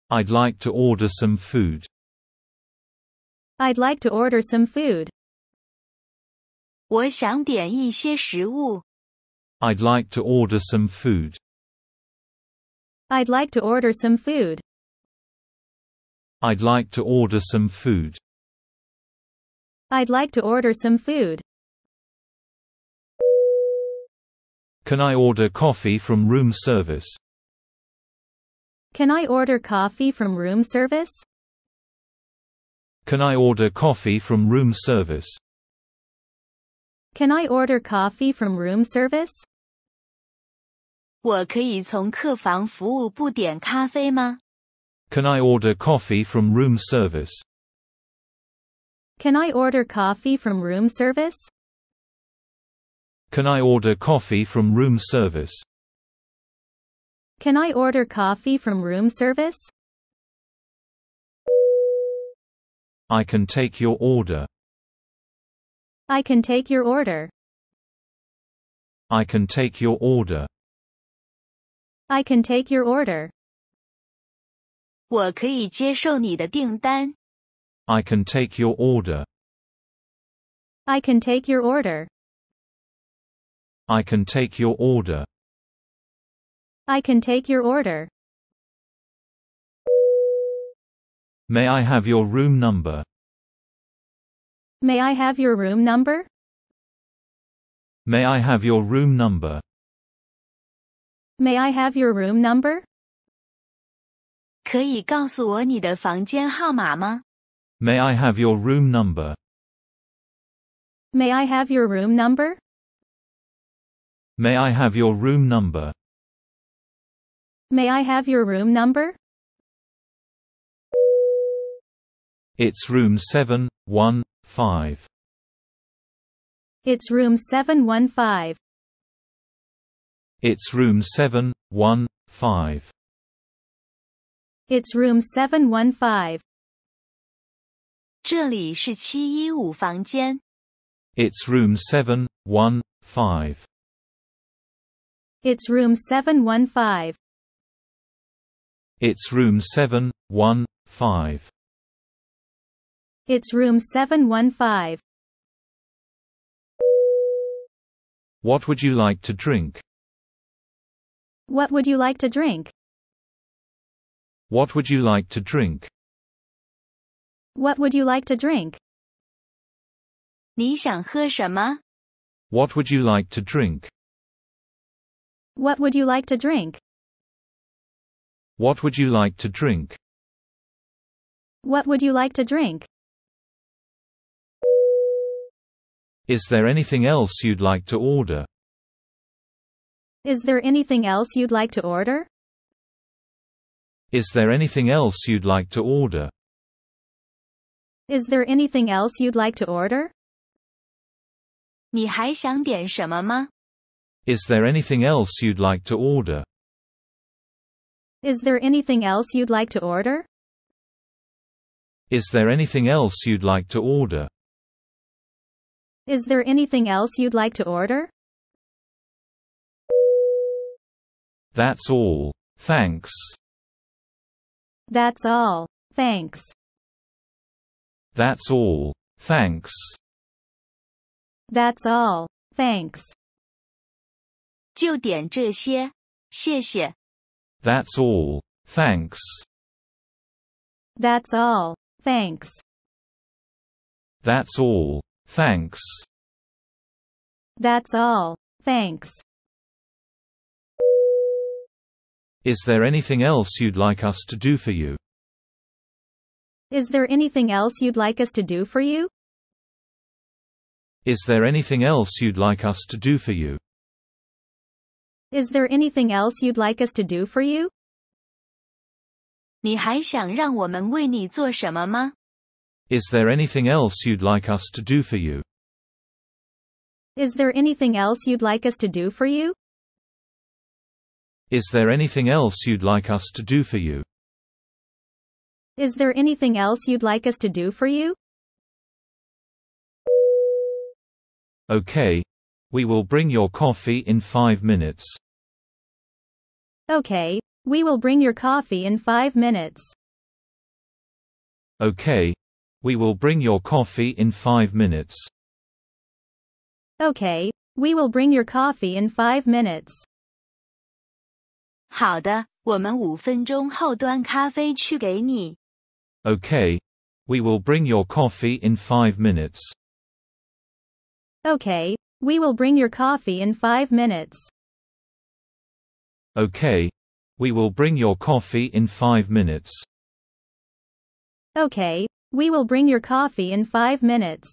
S2: I'd like to order some food.
S3: I'd like to order some food.
S4: 我想点一些食物。
S2: I'd like to order some food.
S3: I'd like to order some food.
S2: I'd like to order some food.
S3: I'd like to order some food.
S2: Can I order coffee from room service?
S3: Can I order coffee from room service?
S2: Can I order coffee from room service?
S3: Can I order coffee from room service?
S4: 我可以从客房服务部点咖啡吗？
S2: Can I order coffee from room service?
S3: Can I order coffee from room service?
S2: Can I order coffee from room service?
S3: Can I order coffee from room service?
S2: I can take your order.
S3: I can take your order.
S2: I can take your order.
S3: I can take your order.
S4: 我可以接受你的订单。
S2: I can take your order.
S3: I can take your order.
S2: I can take your order.
S3: I can take your order.
S2: May I have your room number?
S3: May I have your room number?
S2: May I have your room number?
S3: May I have your room number?
S4: 可以告诉我你的房间号码吗？
S2: May I have your room number?
S3: May I have your room number?
S2: May I have your room number?
S3: May I have your room number?
S2: It's room 715.
S3: It's room 715.
S2: It's room 715.
S3: It's room 715.
S4: 这里是七一五房间。
S2: It's room 715.
S3: It's room 715.
S2: It's room 715.
S3: It's room 715.
S2: What would you like to drink?
S3: What would you like to drink?
S2: What would you like to drink?
S3: What would you like to drink?
S4: 你想喝什么？
S2: What would you like to drink?
S3: What would you like to drink?
S2: What would you like to drink?
S3: What would you like to drink?
S2: Is there anything else you'd like to order?
S3: Is there anything else you'd like to order?
S2: Is there anything else you'd like to order?
S3: Is there anything else you'd like to order?
S4: 你还想点什么吗？
S2: Is there anything else you'd like to order?
S3: Is there anything else you'd like to order?
S2: Is there anything else you'd like to order?
S3: Is there anything else you'd like to order?
S2: That's all. Thanks.
S3: That's all. Thanks.
S2: That's all. Thanks.
S3: That's all. Thanks.
S4: 就点这些，谢谢。
S2: That's all. Thanks.
S3: That's all. Thanks.
S2: That's all. Thanks.
S3: That's all. Thanks.
S2: Is there anything else you'd like us to do for you?
S3: Is there anything else you'd like us to do for you?
S2: Is there anything else you'd like us to do for you?
S3: Is there anything else you'd like us to do for you?
S4: 你还想让我们为你做什么吗？
S2: Is there anything else you'd like us to do for you?
S3: Is there anything else you'd like us to do for you?
S2: Is there anything else you'd like us to do for you?
S3: Is there anything else you'd like us to do for you?
S2: Okay. We will bring your coffee in five minutes.
S3: Okay, we will bring your coffee in five minutes.
S2: Okay. We will bring your coffee in five minutes.
S3: Okay, we will bring your coffee in five minutes.
S4: 好的，我们五分钟后端咖啡去给你。
S2: Okay. We will bring your coffee in five minutes.
S3: Okay, we will bring your coffee in five minutes.
S2: Okay. We will bring your coffee in five minutes.
S3: Okay, we will bring your coffee in five minutes.